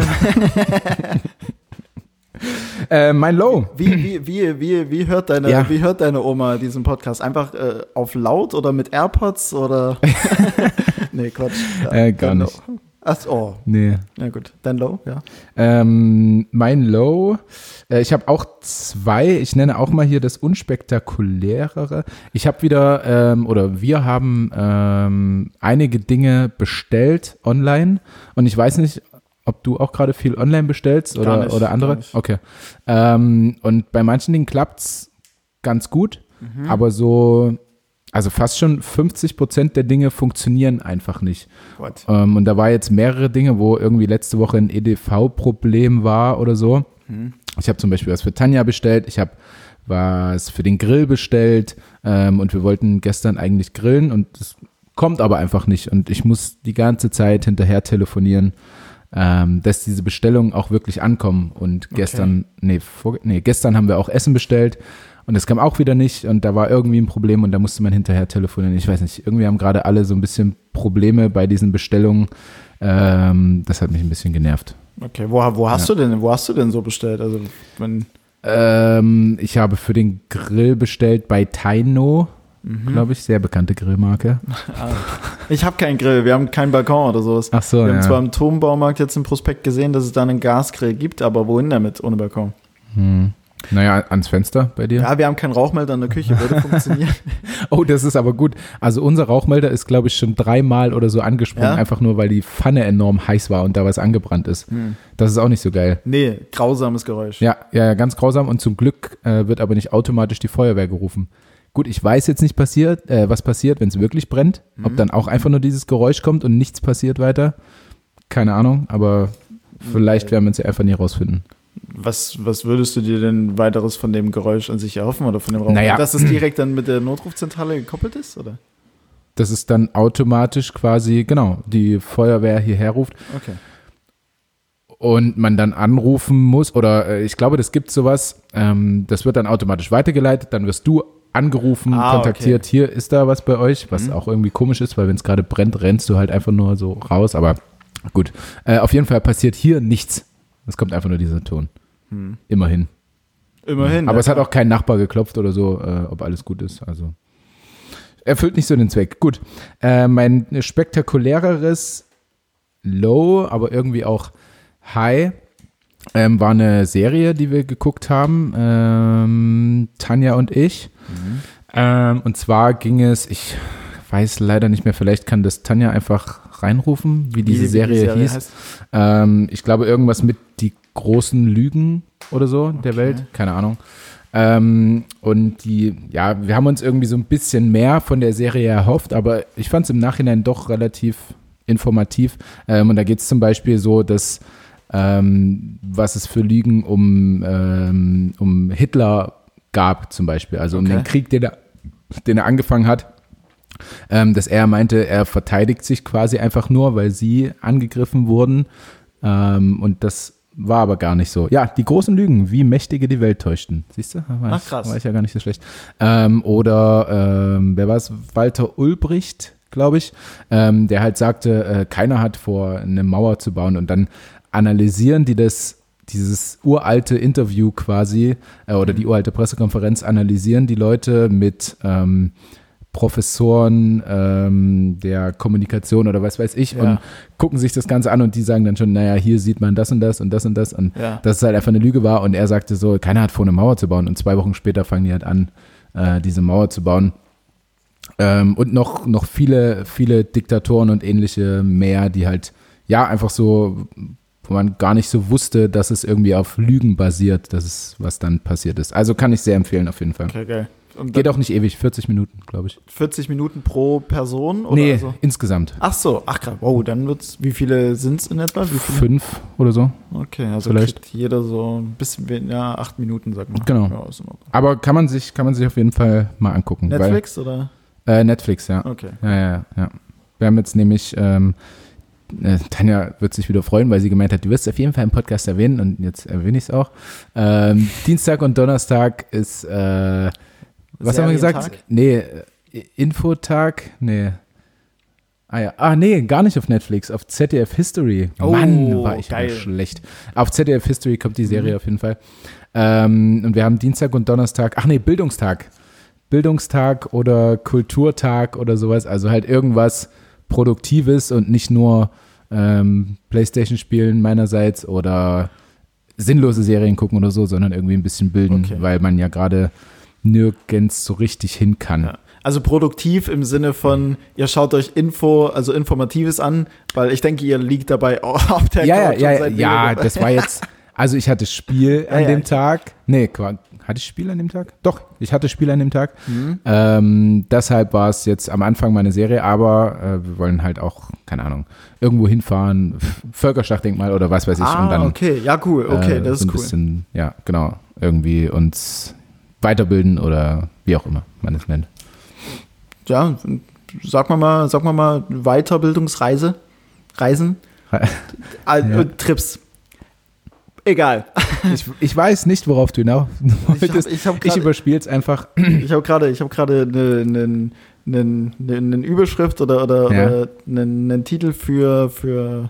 S2: Äh, mein Low.
S1: wie, wie, wie, wie, wie, hört deine,
S2: Ja.
S1: wie hört deine Oma diesen Podcast? Einfach äh, auf laut oder mit AirPods oder. nee, Quatsch. Ja,
S2: Äh, gar
S1: dein Low.
S2: nicht.
S1: Ach, so, oh,
S2: Nee.
S1: na gut. Dein Low, ja.
S2: Ähm, mein Low, äh, ich habe auch zwei, ich nenne auch mal hier das unspektakulärere. Ich habe wieder, ähm, oder wir haben ähm, einige Dinge bestellt online und ich weiß nicht, ob du auch gerade viel online bestellst
S1: Gar
S2: oder,
S1: nicht,
S2: oder andere.
S1: gar nicht.
S2: Okay. Ähm, und bei manchen Dingen klappt's ganz gut,
S1: Mhm.
S2: aber so, also fast schon 50 Prozent der Dinge funktionieren einfach nicht.
S1: What?
S2: Ähm, und da war jetzt mehrere Dinge, wo irgendwie letzte Woche ein EDV-Problem war oder so. Ich habe zum Beispiel was für Tanja bestellt, ich habe was für den Grill bestellt ähm, und wir wollten gestern eigentlich grillen und es kommt aber einfach nicht und ich muss die ganze Zeit hinterher telefonieren, ähm, dass diese Bestellungen auch wirklich ankommen und gestern, nee, vor, nee, gestern haben wir auch Essen bestellt und es kam auch wieder nicht und da war irgendwie ein Problem und da musste man hinterher telefonieren. Ich weiß nicht, irgendwie haben gerade alle so ein bisschen Probleme bei diesen Bestellungen. Ähm, das hat mich ein bisschen genervt.
S1: Okay, wo, wo hast du denn, wo hast du denn so bestellt? Also, wenn.
S2: Ähm, ich habe für den Grill bestellt bei Taino,
S1: Mhm.
S2: glaube ich, sehr bekannte Grillmarke.
S1: Ich habe keinen Grill, wir haben keinen Balkon oder sowas.
S2: Ach so,
S1: wir haben
S2: ja.
S1: zwar im Turmbaumarkt jetzt im Prospekt gesehen, dass es da einen Gasgrill gibt, aber wohin damit ohne Balkon?
S2: Naja, ans Fenster bei dir.
S1: Ja, wir haben keinen Rauchmelder in der Küche, würde funktionieren.
S2: Oh, das ist aber gut. Also unser Rauchmelder ist, glaube ich, schon dreimal oder so angesprungen,
S1: Ja?
S2: einfach nur, weil die Pfanne enorm heiß war und da was angebrannt ist. Das ist auch nicht so geil.
S1: Nee, grausames Geräusch.
S2: Ja, ja, ja, ganz grausam und zum Glück äh, wird aber nicht automatisch die Feuerwehr gerufen. Gut, ich weiß jetzt nicht passiert, äh, was passiert, wenn es wirklich brennt, ob dann auch einfach nur dieses Geräusch kommt und nichts passiert weiter. Keine Ahnung, aber vielleicht werden wir es ja einfach nie rausfinden.
S1: Was, was würdest du dir denn weiteres von dem Geräusch an sich erhoffen oder von dem Rauch?
S2: Naja. hm.
S1: Dass es direkt dann mit der Notrufzentrale gekoppelt ist, oder?
S2: Dass es dann automatisch quasi, genau, die Feuerwehr hierher ruft.
S1: Okay.
S2: und man dann anrufen muss oder äh, ich glaube, das gibt sowas, ähm, das wird dann automatisch weitergeleitet, dann wirst du angerufen,
S1: Ah,
S2: kontaktiert, hier ist da was bei euch, was auch irgendwie komisch ist, weil wenn es gerade brennt, rennst du halt einfach nur so raus. Aber gut, äh, auf jeden Fall passiert hier nichts. Es kommt einfach nur dieser Ton. Immerhin.
S1: Immerhin.
S2: Aber
S1: ja.
S2: es hat auch kein Nachbar geklopft oder so, äh, ob alles gut ist. Also erfüllt nicht so den Zweck. Gut. Äh, mein spektakuläreres Low, aber irgendwie auch High ähm, war eine Serie, die wir geguckt haben. Ähm, Tanja und ich.
S1: Mhm.
S2: Ähm, und zwar ging es, ich weiß leider nicht mehr, vielleicht kann das Tanja einfach reinrufen, wie
S1: Wie-
S2: diese
S1: wie die
S2: Serie, hieß.
S1: heißt.
S2: Ähm, ich glaube, irgendwas mit die großen Lügen oder so der Welt. Keine Ahnung. Ähm, und die, ja, wir haben uns irgendwie so ein bisschen mehr von der Serie erhofft, aber ich fand es im Nachhinein doch relativ informativ. Ähm, und da geht es zum Beispiel so, dass ähm, was es für Lügen um, ähm, um Hitler gab, zum Beispiel. Also um
S1: Okay.
S2: den Krieg, den er, den er angefangen hat ähm, dass er meinte, er verteidigt sich quasi einfach nur, weil sie angegriffen wurden. Ähm, und das war aber gar nicht so. Ja, die großen Lügen, wie Mächtige die Welt täuschten. Siehst du? War
S1: Ach,
S2: ich-
S1: krass.
S2: War ich ja gar nicht so schlecht. Ähm, oder, ähm, wer war es? Walter Ulbricht, glaube ich, ähm, der halt sagte, äh, keiner hat vor, eine Mauer zu bauen. Und dann analysieren die das dieses uralte Interview quasi äh, oder die uralte Pressekonferenz analysieren die Leute mit ähm, Professoren ähm, der Kommunikation oder was weiß ich
S1: Ja.
S2: und gucken sich das Ganze an und die sagen dann schon, naja, hier sieht man das und das und das und das und
S1: Ja.
S2: dass es halt einfach eine Lüge war und er sagte so, keiner hat vor, eine Mauer zu bauen und zwei Wochen später fangen die halt an, äh, diese Mauer zu bauen. Ähm, und noch, noch viele, viele Diktatoren und ähnliche mehr, die halt, ja, einfach so, wo man gar nicht so wusste, dass es irgendwie auf Lügen basiert, dass es, was dann passiert ist. Also kann ich sehr empfehlen, auf jeden Fall.
S1: Okay, geil. Und
S2: Geht auch nicht ewig, 40 Minuten, glaube ich.
S1: 40 Minuten pro Person oder
S2: nee,
S1: so?
S2: insgesamt.
S1: Ach so, ach krass. Wow, dann wird's. Wie viele sind's in etwa? Wie viele?
S2: Fünf oder so.
S1: Okay, also
S2: Vielleicht.
S1: kriegt jeder so ein bisschen weniger, ja, acht Minuten, sag mal.
S2: Genau.
S1: Ja, ist in Ordnung.
S2: Aber kann man sich, kann man sich auf jeden Fall mal angucken.
S1: Netflix oder?
S2: Weil, äh, Netflix, ja.
S1: Okay.
S2: Ja, ja, ja. Wir haben jetzt nämlich, ähm, äh, Tanja wird sich wieder freuen, weil sie gemeint hat, du wirst auf jeden Fall im Podcast erwähnen und jetzt erwähne ich es auch. Ähm, Dienstag und Donnerstag ist, äh, was haben wir gesagt?
S1: Serientag?
S2: Nee, äh, Infotag? Nee. Ah ja, ah nee, gar nicht auf Netflix, auf ZDF History.
S1: Oh,
S2: Mann, war ich
S1: geil. Mhm.
S2: immer schlecht. Auf ZDF History kommt die Serie auf jeden Fall. Ähm, und wir haben Dienstag und Donnerstag, ach nee, Bildungstag. Bildungstag oder Kulturtag oder sowas. Also halt irgendwas Produktives und nicht nur ähm, Playstation spielen meinerseits oder sinnlose Serien gucken oder so, sondern irgendwie ein bisschen bilden,
S1: Okay.
S2: weil man ja gerade nirgends so richtig hin kann.
S1: Ja. Also produktiv im Sinne von, ihr schaut euch Info, also Informatives an, weil ich denke, ihr liegt dabei auf der
S2: Ja, ja,
S1: Couch und
S2: ja, ja,
S1: seid
S2: ja,
S1: müde.
S2: das war jetzt. Also ich hatte Spiel an
S1: ja,
S2: dem
S1: okay.
S2: Tag. Nee, Qua- hatte ich Spiel an dem Tag? Doch, ich hatte Spiel an dem Tag.
S1: Mhm.
S2: Ähm, deshalb war es jetzt am Anfang meine Serie, aber äh, wir wollen halt auch, keine Ahnung, irgendwo hinfahren, F- Völkerschlachtdenkmal oder was weiß ich.
S1: Ah,
S2: und dann
S1: okay, ja, cool, okay,
S2: äh,
S1: das ist
S2: so ein
S1: cool.
S2: bisschen, ja, genau, irgendwie uns weiterbilden oder wie auch immer man es nennt.
S1: Ja, sag mal mal, sag mal mal, Weiterbildungsreise, Reisen, Ah,
S2: Ja.
S1: und Trips. Egal.
S2: Ich, ich weiß nicht, worauf du hinaus wolltest.
S1: ich hab
S2: ich
S1: grad-
S2: überspiele es einfach.
S1: Ich habe gerade, ich habe gerade eine ne, ne, ne, ne Überschrift oder oder
S2: Ja.
S1: oder einen ne Titel für für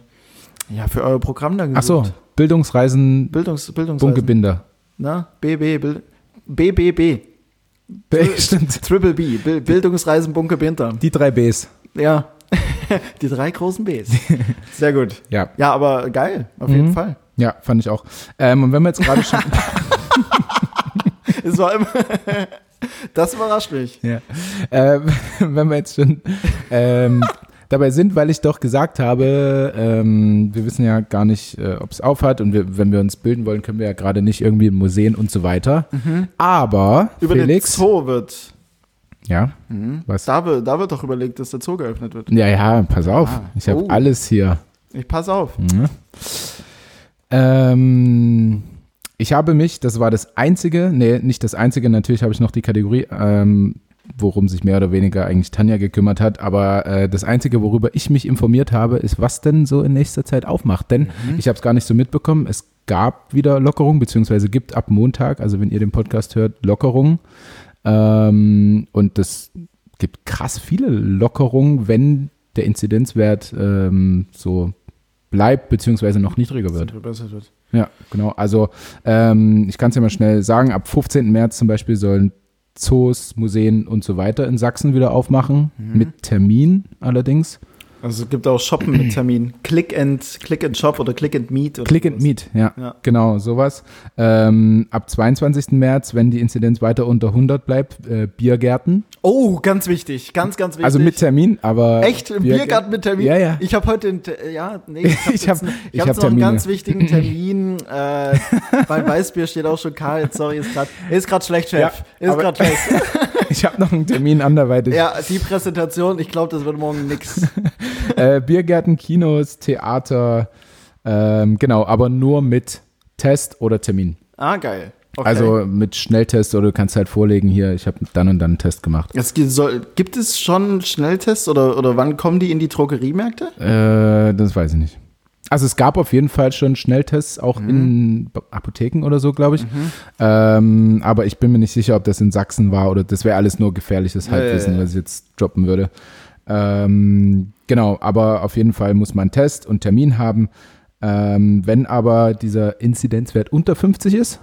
S1: ja für euer Programm dann
S2: Ach so,
S1: gesucht.
S2: Bildungsreisen,
S1: Bildungs Bildungsreisen.
S2: Bunkebinder.
S1: Na, BB, Bild, BBB,
S2: Stimmt.
S1: Triple B, Bil- Bildungsreisen Bunker Binter.
S2: Die drei Bs.
S1: Ja, die drei großen Bs. Sehr gut.
S2: Ja.
S1: Ja, aber geil, auf
S2: Mhm.
S1: jeden Fall.
S2: Ja, fand ich auch. Ähm, und wenn wir jetzt gerade schon.
S1: Es war immer, das überrascht mich.
S2: ja. ähm, wenn wir jetzt schon ähm, dabei sind, weil ich doch gesagt habe, ähm, wir wissen ja gar nicht, äh, ob es aufhat und wir, wenn wir uns bilden wollen, können wir ja gerade nicht irgendwie in Museen und so weiter. Aber
S1: Mhm. Über
S2: Felix.
S1: den Zoo wird,
S2: ja. Was?
S1: da wird, da wird doch überlegt, dass der Zoo geöffnet wird.
S2: Ja, ja, pass auf.
S1: Ah,
S2: Ich habe
S1: oh.
S2: alles hier.
S1: Ich pass auf.
S2: Mhm. Ähm, ich habe mich, das war das einzige, nee, nicht das einzige, natürlich habe ich noch die Kategorie, ähm, worum sich mehr oder weniger eigentlich Tanja gekümmert hat, aber äh, das einzige, worüber ich mich informiert habe, ist, was denn so in nächster Zeit aufmacht. Denn ich habe es gar nicht so mitbekommen, es gab wieder Lockerungen, beziehungsweise gibt ab Montag, also wenn ihr den Podcast hört, Lockerungen. Ähm, und das gibt krass viele Lockerungen, wenn der Inzidenzwert ähm, so bleibt, beziehungsweise noch niedriger wird.
S1: Verbessert wird.
S2: Ja, genau. Also ähm, ich kann es ja mal schnell sagen, ab 15. März zum Beispiel sollen Zoos, Museen und so weiter in Sachsen wieder aufmachen,
S1: Mhm.
S2: mit Termin allerdings.
S1: Also es gibt auch Shoppen mit Termin. Click and, Click and Shop oder Click and Meet. Oder
S2: Click and
S1: sowas.
S2: Meet, ja,
S1: Ja.
S2: genau, sowas. Ähm, ab 22. März, wenn die Inzidenz weiter unter 100 bleibt, äh, Biergärten.
S1: Oh, ganz wichtig, ganz, ganz wichtig.
S2: Also mit Termin, aber
S1: Echt? Im Biergarten mit Termin?
S2: Ja, ja.
S1: Ich habe heute, einen Te- ja, nee, ich habe ich hab,
S2: Ich hab-
S1: jetzt-
S2: ich
S1: ich hab
S2: hab
S1: noch einen
S2: Termine.
S1: ganz wichtigen Termin. äh, mein Weißbier steht auch schon kalt. Sorry, ist gerade ist grad schlecht, Chef.
S2: Ja,
S1: ist
S2: aber-
S1: gerade schlecht.
S2: Ich habe noch einen Termin anderweitig.
S1: Ja, die Präsentation, ich glaube, das wird morgen nix.
S2: Äh, Biergärten, Kinos, Theater, ähm, genau, aber nur mit Test oder Termin.
S1: Ah, geil. Okay.
S2: Also mit Schnelltest oder du kannst halt vorlegen hier, ich habe dann und dann einen Test gemacht.
S1: es gibt, soll, gibt es schon Schnelltests oder, oder wann kommen die in die Drogeriemärkte?
S2: Äh, das weiß ich nicht. Mhm. Also es gab auf jeden Fall schon Schnelltests, auch in B- Apotheken oder so, glaube ich. Ähm, aber ich bin mir nicht sicher, ob das in Sachsen war oder das wäre alles nur gefährliches
S1: ja,
S2: Halbwissen,
S1: ja.
S2: was ich jetzt droppen würde. Ähm, genau, aber auf jeden Fall muss man einen Test und Termin haben. Ähm, wenn aber dieser Inzidenzwert unter 50 ist,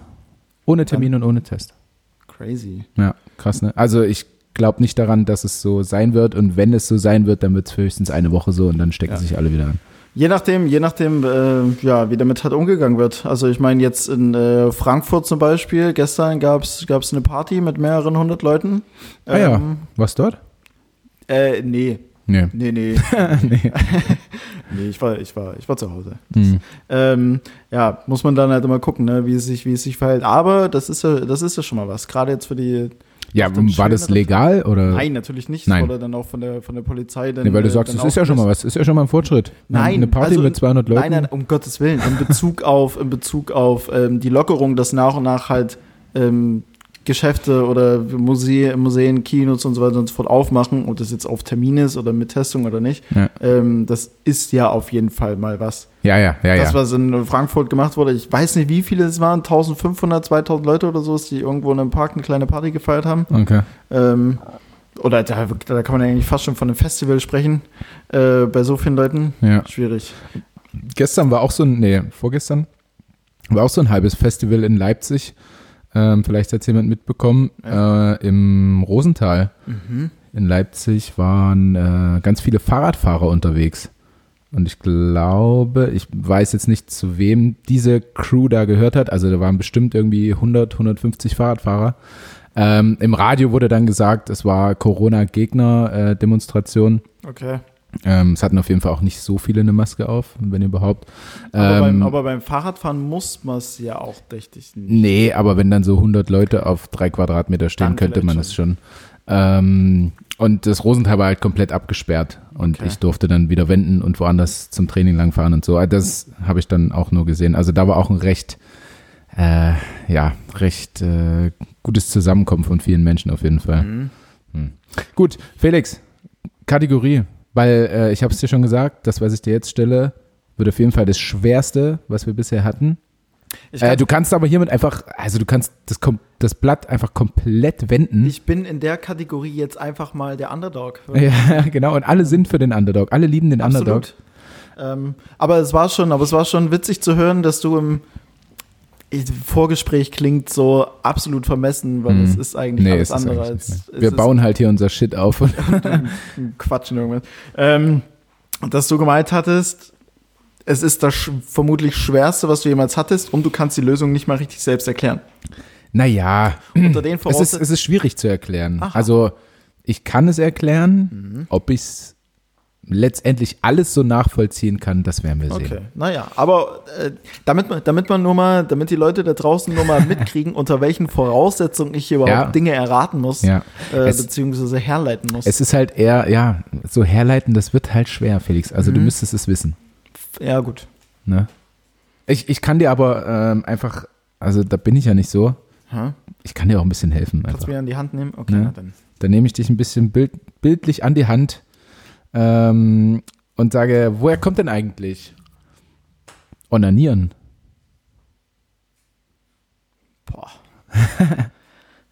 S2: ohne Termin und ohne Test.
S1: Crazy.
S2: Ja, krass, ne? Also ich glaube nicht daran, dass es so sein wird und wenn es so sein wird, dann wird es höchstens eine Woche so und dann stecken sich alle wieder an.
S1: Je nachdem, je nachdem, äh, ja, wie damit halt umgegangen wird. Also ich meine jetzt in äh, Frankfurt zum Beispiel, gestern gab's gab's eine Party mit mehreren hundert Leuten.
S2: Ah ja,
S1: Ähm,
S2: was dort?
S1: ja. Äh, nee,
S2: Nee.
S1: nee, nee. nee, ich war, ich war, ich war zu Hause.
S2: Hm.
S1: Ähm, ja, muss man dann halt immer gucken, ne, wie es sich, wie es sich verhält. Aber das ist ja, das ist ja schon mal was. Gerade jetzt für die.
S2: Ja,
S1: Ist das
S2: war
S1: schön,
S2: das
S1: oder?
S2: legal oder?
S1: Nein, natürlich nicht.
S2: Äh, Nein.
S1: Oder dann auch von der, von der Polizei. Dann,
S2: Nee, weil du
S1: äh,
S2: sagst,
S1: dann
S2: es ist ja schon mal was, ist ja schon mal ein Fortschritt.
S1: Nein,
S2: eine Party
S1: also
S2: mit 200 Leuten.
S1: Nein, nein, um Gottes Willen. In Bezug auf, in Bezug auf ähm, die Lockerung, dass nach und nach halt ähm, Geschäfte oder Muse Museen, Kinos und so weiter und so fort aufmachen, ob das jetzt auf Termin ist oder mit Testung oder nicht,
S2: Ja.
S1: ähm, das ist ja auf jeden Fall mal was.
S2: Ja, ja, Ah, ja,
S1: Das,
S2: ja.
S1: was in Frankfurt gemacht wurde, ich weiß nicht, wie viele es waren, 1500, 2000 Leute oder so, die irgendwo in einem Park eine kleine Party gefeiert haben.
S2: Okay.
S1: Ähm, oder da, da kann man eigentlich fast schon von einem Festival sprechen, äh, bei so vielen Leuten.
S2: Ja.
S1: Schwierig.
S2: Gestern war auch so ein, nee, vorgestern war auch so ein halbes Festival in Leipzig. Ähm, vielleicht hat es jemand mitbekommen. Äh, Im Rosental in Leipzig waren äh, ganz viele Fahrradfahrer unterwegs. Und ich glaube, ich weiß jetzt nicht, zu wem diese Crew da gehört hat. Also da waren bestimmt irgendwie 100, 150 Fahrradfahrer. Ähm, Im Radio wurde dann gesagt, es war äh, Corona-Gegner-Demonstration.
S1: Okay.
S2: Ähm, es hatten auf jeden Fall auch nicht so viele eine Maske auf, wenn überhaupt.
S1: Aber,
S2: Ähm,
S1: beim, aber beim Fahrradfahren muss man es ja auch richtig.
S2: nee, aber wenn dann so 100 Leute auf drei Quadratmeter stehen,
S1: Dann
S2: könnte
S1: vielleicht
S2: man das schon. Ähm, und das Rosenthal war halt komplett abgesperrt und
S1: Okay.
S2: ich durfte dann wieder wenden und woanders zum Training langfahren und so. Also Das habe ich dann auch nur gesehen. Also da war auch ein recht, äh, ja, recht äh, gutes Zusammenkommen von vielen Menschen auf jeden Fall.
S1: Mhm.
S2: Hm. Gut, Felix, Kategorie, weil äh, ich habe es dir schon gesagt, das, was ich dir jetzt stelle, wird auf jeden Fall das Schwerste, was wir bisher hatten.
S1: Ich,
S2: Äh,
S1: kann,
S2: du kannst aber hiermit einfach, also du kannst das, kom das Blatt einfach komplett wenden.
S1: ich bin in der Kategorie jetzt einfach mal der Underdog.
S2: ja, genau. Und alle sind für den Underdog. Alle lieben den Underdog.
S1: Absolut. Ähm, aber es war schon, aber es war schon witzig zu hören, dass du im Vorgespräch klingt so absolut vermessen, weil
S2: Mhm.
S1: es ist eigentlich
S2: Nee,
S1: alles
S2: es ist
S1: andere
S2: eigentlich
S1: als
S2: nicht
S1: es
S2: mehr. Wir
S1: ist
S2: bauen halt hier unser Shit auf. Und
S1: Quatschen irgendwas. Ähm, dass du gemeint hattest, es ist das sch vermutlich schwerste, was du jemals hattest, und du kannst die Lösung nicht mal richtig selbst erklären.
S2: naja,
S1: Unter den
S2: es ist,
S1: Voraussetzungen.
S2: es ist schwierig zu erklären.
S1: Aha. Mhm.
S2: Also ich kann es erklären, ob ich es letztendlich alles so nachvollziehen kann, das werden wir sehen.
S1: Okay, naja, aber äh, damit, man- damit man nur mal, damit die Leute da draußen nur mal mitkriegen, unter welchen Voraussetzungen ich hier überhaupt
S2: Ja.
S1: Dinge erraten muss,
S2: Ja.
S1: äh,
S2: Es-
S1: beziehungsweise herleiten muss.
S2: Es ist halt eher, ja, so herleiten, das wird halt schwer, Felix. Also
S1: Mhm.
S2: du müsstest es wissen.
S1: ja, gut.
S2: Ne? Ich, ich kann dir aber ähm, einfach, also da bin ich ja nicht so,
S1: Hä?
S2: ich kann dir auch ein bisschen helfen.
S1: Kannst du
S2: Einfach.
S1: mir an die Hand nehmen? Okay,
S2: Ne?
S1: na dann.
S2: Dann nehme ich dich ein bisschen bild, bildlich an die Hand ähm, und sage, woher kommt denn eigentlich? Onanieren.
S1: Boah.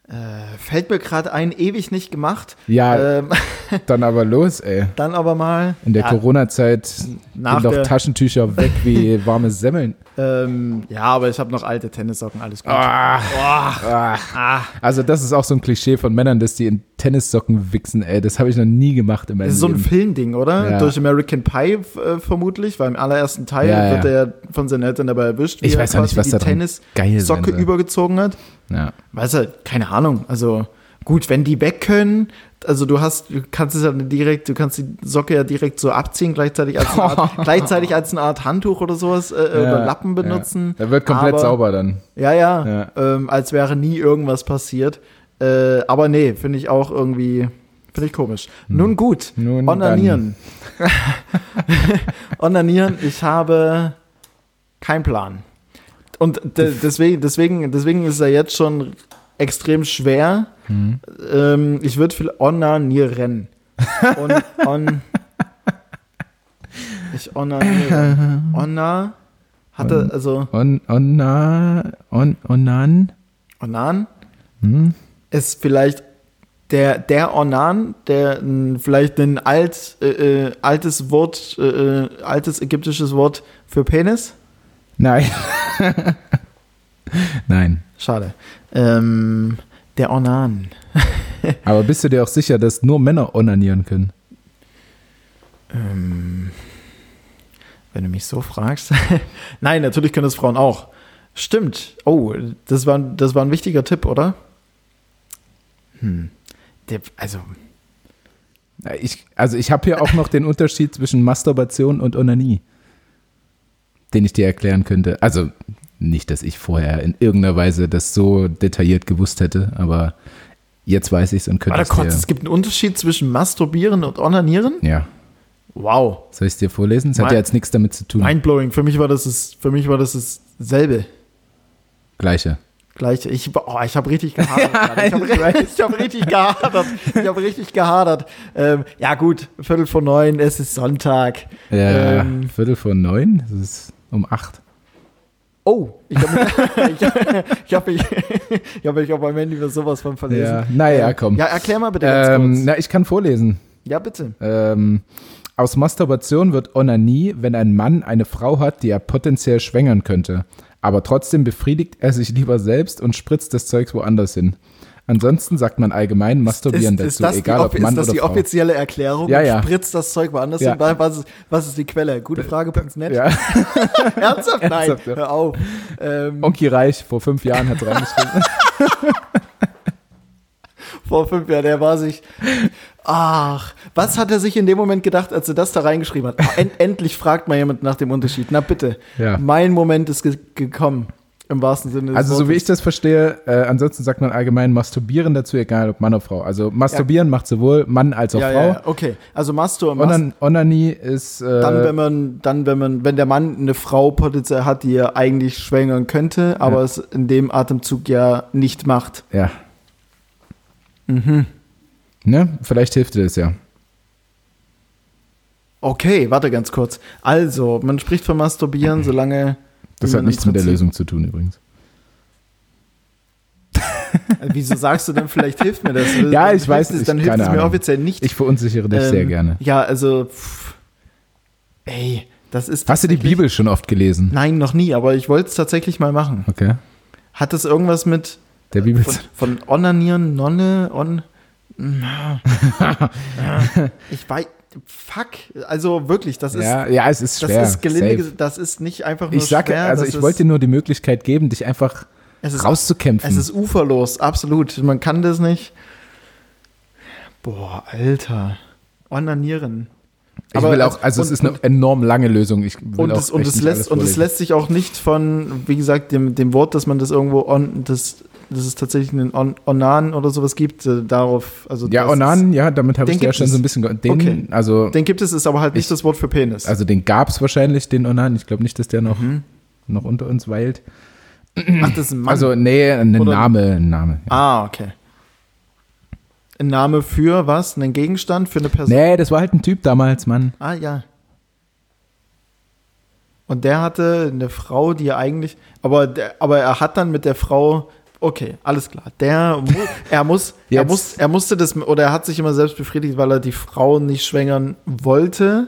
S1: Äh, fällt mir gerade ein, ewig nicht gemacht.
S2: Ja,
S1: Ähm,
S2: dann aber los, ey.
S1: dann aber mal.
S2: In der
S1: ja,
S2: Corona-Zeit
S1: Nach
S2: gehen doch
S1: der-
S2: Taschentücher weg wie warme Semmeln.
S1: Ähm, ja, aber ich habe noch alte Tennissocken, alles gut.
S2: Ah,
S1: Boah,
S2: ah.
S1: ah.
S2: Also das ist auch so ein Klischee von Männern, dass die in Tennissocken wichsen, ey. Das habe ich noch nie gemacht in meinem
S1: Das ist so ein
S2: Leben.
S1: Filmding, oder?
S2: Ja.
S1: Durch American Pie äh, vermutlich, weil im allerersten Teil
S2: Ja,
S1: wird
S2: ja.
S1: er von seinen Eltern dabei erwischt,
S2: Ich
S1: er
S2: weiß auch nicht, was
S1: die
S2: da dran geil sein
S1: Tennissocke
S2: soll.
S1: übergezogen hat.
S2: Ja.
S1: Weißt du, keine Ahnung. Also gut, wenn die weg können, also du hast, du kannst es ja direkt, du kannst die Socke ja direkt so abziehen, gleichzeitig als eine Art, gleichzeitig als eine Art Handtuch oder sowas äh, oder
S2: Ja,
S1: Lappen benutzen.
S2: Ja. Da wird komplett
S1: Aber-
S2: sauber dann.
S1: Ja, ja,
S2: Ja.
S1: Ähm, als wäre nie irgendwas passiert. Äh, aber nee, finde ich auch irgendwie, finde ich komisch.
S2: Hm.
S1: Nun gut,
S2: Nun
S1: onanieren. onanieren, ich habe keinen Plan. Und de deswegen, deswegen, deswegen ist er jetzt schon extrem schwer. Ähm, ich würde viel onanieren. Und on ich onaniere. Ona hatte, also.
S2: On, onna, on, onan.
S1: Onan
S2: Hm?
S1: ist vielleicht der, der Onan, der mh, vielleicht ein alt, äh, äh, altes Wort, äh, äh, altes ägyptisches Wort für Penis.
S2: Nein. Nein.
S1: Schade. Ähm, der Onan.
S2: Aber bist du dir auch sicher, dass nur Männer onanieren können?
S1: Ähm, wenn du mich so fragst. Nein, natürlich können das Frauen auch. Stimmt. Oh, das war, das war ein wichtiger Tipp, oder? Hm. Der, also,
S2: Na, Ich, also ich habe hier auch noch den Unterschied zwischen Masturbation und Onanie, den ich dir erklären könnte. Also nicht, dass ich vorher in irgendeiner Weise das so detailliert gewusst hätte, aber jetzt weiß ich es und könnte
S1: warte
S2: es
S1: kurz, es
S2: dir.
S1: gibt einen Unterschied zwischen Masturbieren und Onanieren?
S2: Ja,
S1: Wow.
S2: soll ich es dir vorlesen? Es hat
S1: Nein.
S2: ja jetzt nichts damit zu tun.
S1: Mindblowing. Für mich war das das, für mich war das dasselbe.
S2: Gleiche.
S1: Gleiche. Ich, oh, ich habe richtig gehadert. gerade. ich
S2: ich
S1: habe hab richtig gehadert. Ich habe richtig gehadert. Ähm, ja gut, Viertel vor neun, es ist Sonntag.
S2: Ja,
S1: Ähm.
S2: Äh, Viertel vor neun, das ist um acht.
S1: Oh, ich habe mich, ich hab, ich hab mich, ich hab mich auf meinem Handy über sowas von verlesen.
S2: Ja, naja, komm.
S1: Ja, erklär mal bitte ganz
S2: ähm,
S1: kurz.
S2: na, ich kann vorlesen.
S1: Ja, bitte.
S2: Ähm, aus Masturbation wird Onanie, wenn ein Mann eine Frau hat, die er potenziell schwängern könnte. Aber trotzdem befriedigt er sich lieber selbst und spritzt das Zeugs woanders hin. Ansonsten sagt man allgemein Masturbieren dazu,
S1: das,
S2: egal
S1: die,
S2: ob Mann
S1: ist das
S2: oder
S1: die
S2: Frau.
S1: offizielle Erklärung?
S2: Ja, ja.
S1: Spritzt das Zeug woanders
S2: Ja. Äh,
S1: hin? Was ist, was ist die Quelle? Gutefrage.net?
S2: Ja.
S1: Ernsthaft? Nein,
S2: Ernsthaft, ja.
S1: hör auf. Ähm,
S2: Onki Reich vor fünf Jahren hat reingeschrieben.
S1: vor fünf Jahren, der war sich, ach, was hat er sich in dem Moment gedacht, als er das da reingeschrieben hat? Ach, en- endlich fragt mal jemand nach dem Unterschied. Na bitte,
S2: Ja.
S1: mein Moment ist ge gekommen, im wahrsten Sinne des
S2: Also so wie
S1: Wortes.
S2: ich das verstehe, äh, ansonsten sagt man allgemein Masturbieren dazu, egal ob Mann oder Frau. Also Masturbieren macht sowohl Mann als auch
S1: ja,
S2: Frau.
S1: ja, ja, okay. Also Mastur, Mastur
S2: Onan Onanie ist äh,
S1: dann, wenn man, dann, wenn man, wenn der Mann eine Frau potenziell hat, die er eigentlich schwängern könnte, aber es in dem Atemzug ja nicht macht.
S2: Ja.
S1: Mhm.
S2: Ne? Vielleicht hilft dir das ja.
S1: Okay, warte ganz kurz. Also, man spricht von Masturbieren, solange.
S2: Das
S1: wie
S2: hat
S1: man im
S2: nichts mit der
S1: Prinzip-
S2: Lösung zu tun übrigens.
S1: Äh, Wieso sagst du denn, vielleicht hilft mir das?
S2: Ja, ich weiß
S1: es,
S2: nicht,
S1: Dann hilft
S2: keine
S1: es mir
S2: Ahnung.
S1: offiziell nicht.
S2: Ich verunsichere dich
S1: Ähm,
S2: sehr gerne.
S1: Ja, also, pff, ey, das ist.
S2: Hast du die
S1: tatsächlich-
S2: Bibel schon oft gelesen?
S1: Nein, noch nie, aber ich wollte es tatsächlich mal machen.
S2: Okay.
S1: Hat das irgendwas mit
S2: Der Bibel.
S1: von, von Onanieren, Nonne, On. Na, äh, ich weiß. Fuck. Also wirklich, das ist.
S2: ja, ja, es ist
S1: Das
S2: schwer.
S1: ist gelinde,
S2: Safe.
S1: ges- das ist nicht einfach nur
S2: ich sag,
S1: schwer.
S2: also
S1: das
S2: ich
S1: ist,
S2: wollte dir nur die Möglichkeit geben, dich einfach
S1: es ist,
S2: rauszukämpfen.
S1: es ist uferlos, absolut. Man kann das nicht. Boah, Alter. Onanieren.
S2: ich
S1: aber
S2: will
S1: es-
S2: auch, also es
S1: und-
S2: ist eine enorm lange Lösung. Ich will
S1: Und
S2: auch
S1: es, und,
S2: echt
S1: es
S2: nicht
S1: lässt,
S2: alles
S1: und es
S2: vorlesen.
S1: lässt sich auch nicht von, wie gesagt, dem, dem Wort, dass man das irgendwo on, das, dass es tatsächlich einen on, Onan oder sowas gibt, äh, darauf. Also
S2: Ja,
S1: das
S2: Onan, ja, damit habe
S1: Den
S2: ich dir ja
S1: gibt
S2: schon
S1: es.
S2: so ein bisschen. ge- Den,
S1: Okay.
S2: also,
S1: Ist, den gibt es, ist aber halt nicht
S2: Ich-
S1: das Wort für Penis.
S2: also den gab es wahrscheinlich, den Onan. Ich glaube nicht, dass der noch,
S1: Mhm.
S2: noch unter uns weilt.
S1: Ach, das ist ein Mann.
S2: Also, nee, ein
S1: Oder-
S2: Name, ein Name. Ja.
S1: ah, okay. Ein Name für was? Einen Gegenstand? Für eine Person?
S2: Nee, das war halt ein Typ damals, Mann.
S1: Ah, ja. Und der hatte eine Frau, die er eigentlich. Aber, der, aber er hat dann mit der Frau Okay, alles klar. Der, mu- er muss, er
S2: Jetzt.
S1: muss, er musste das, oder er hat sich immer selbst befriedigt, weil er die Frauen nicht schwängern wollte.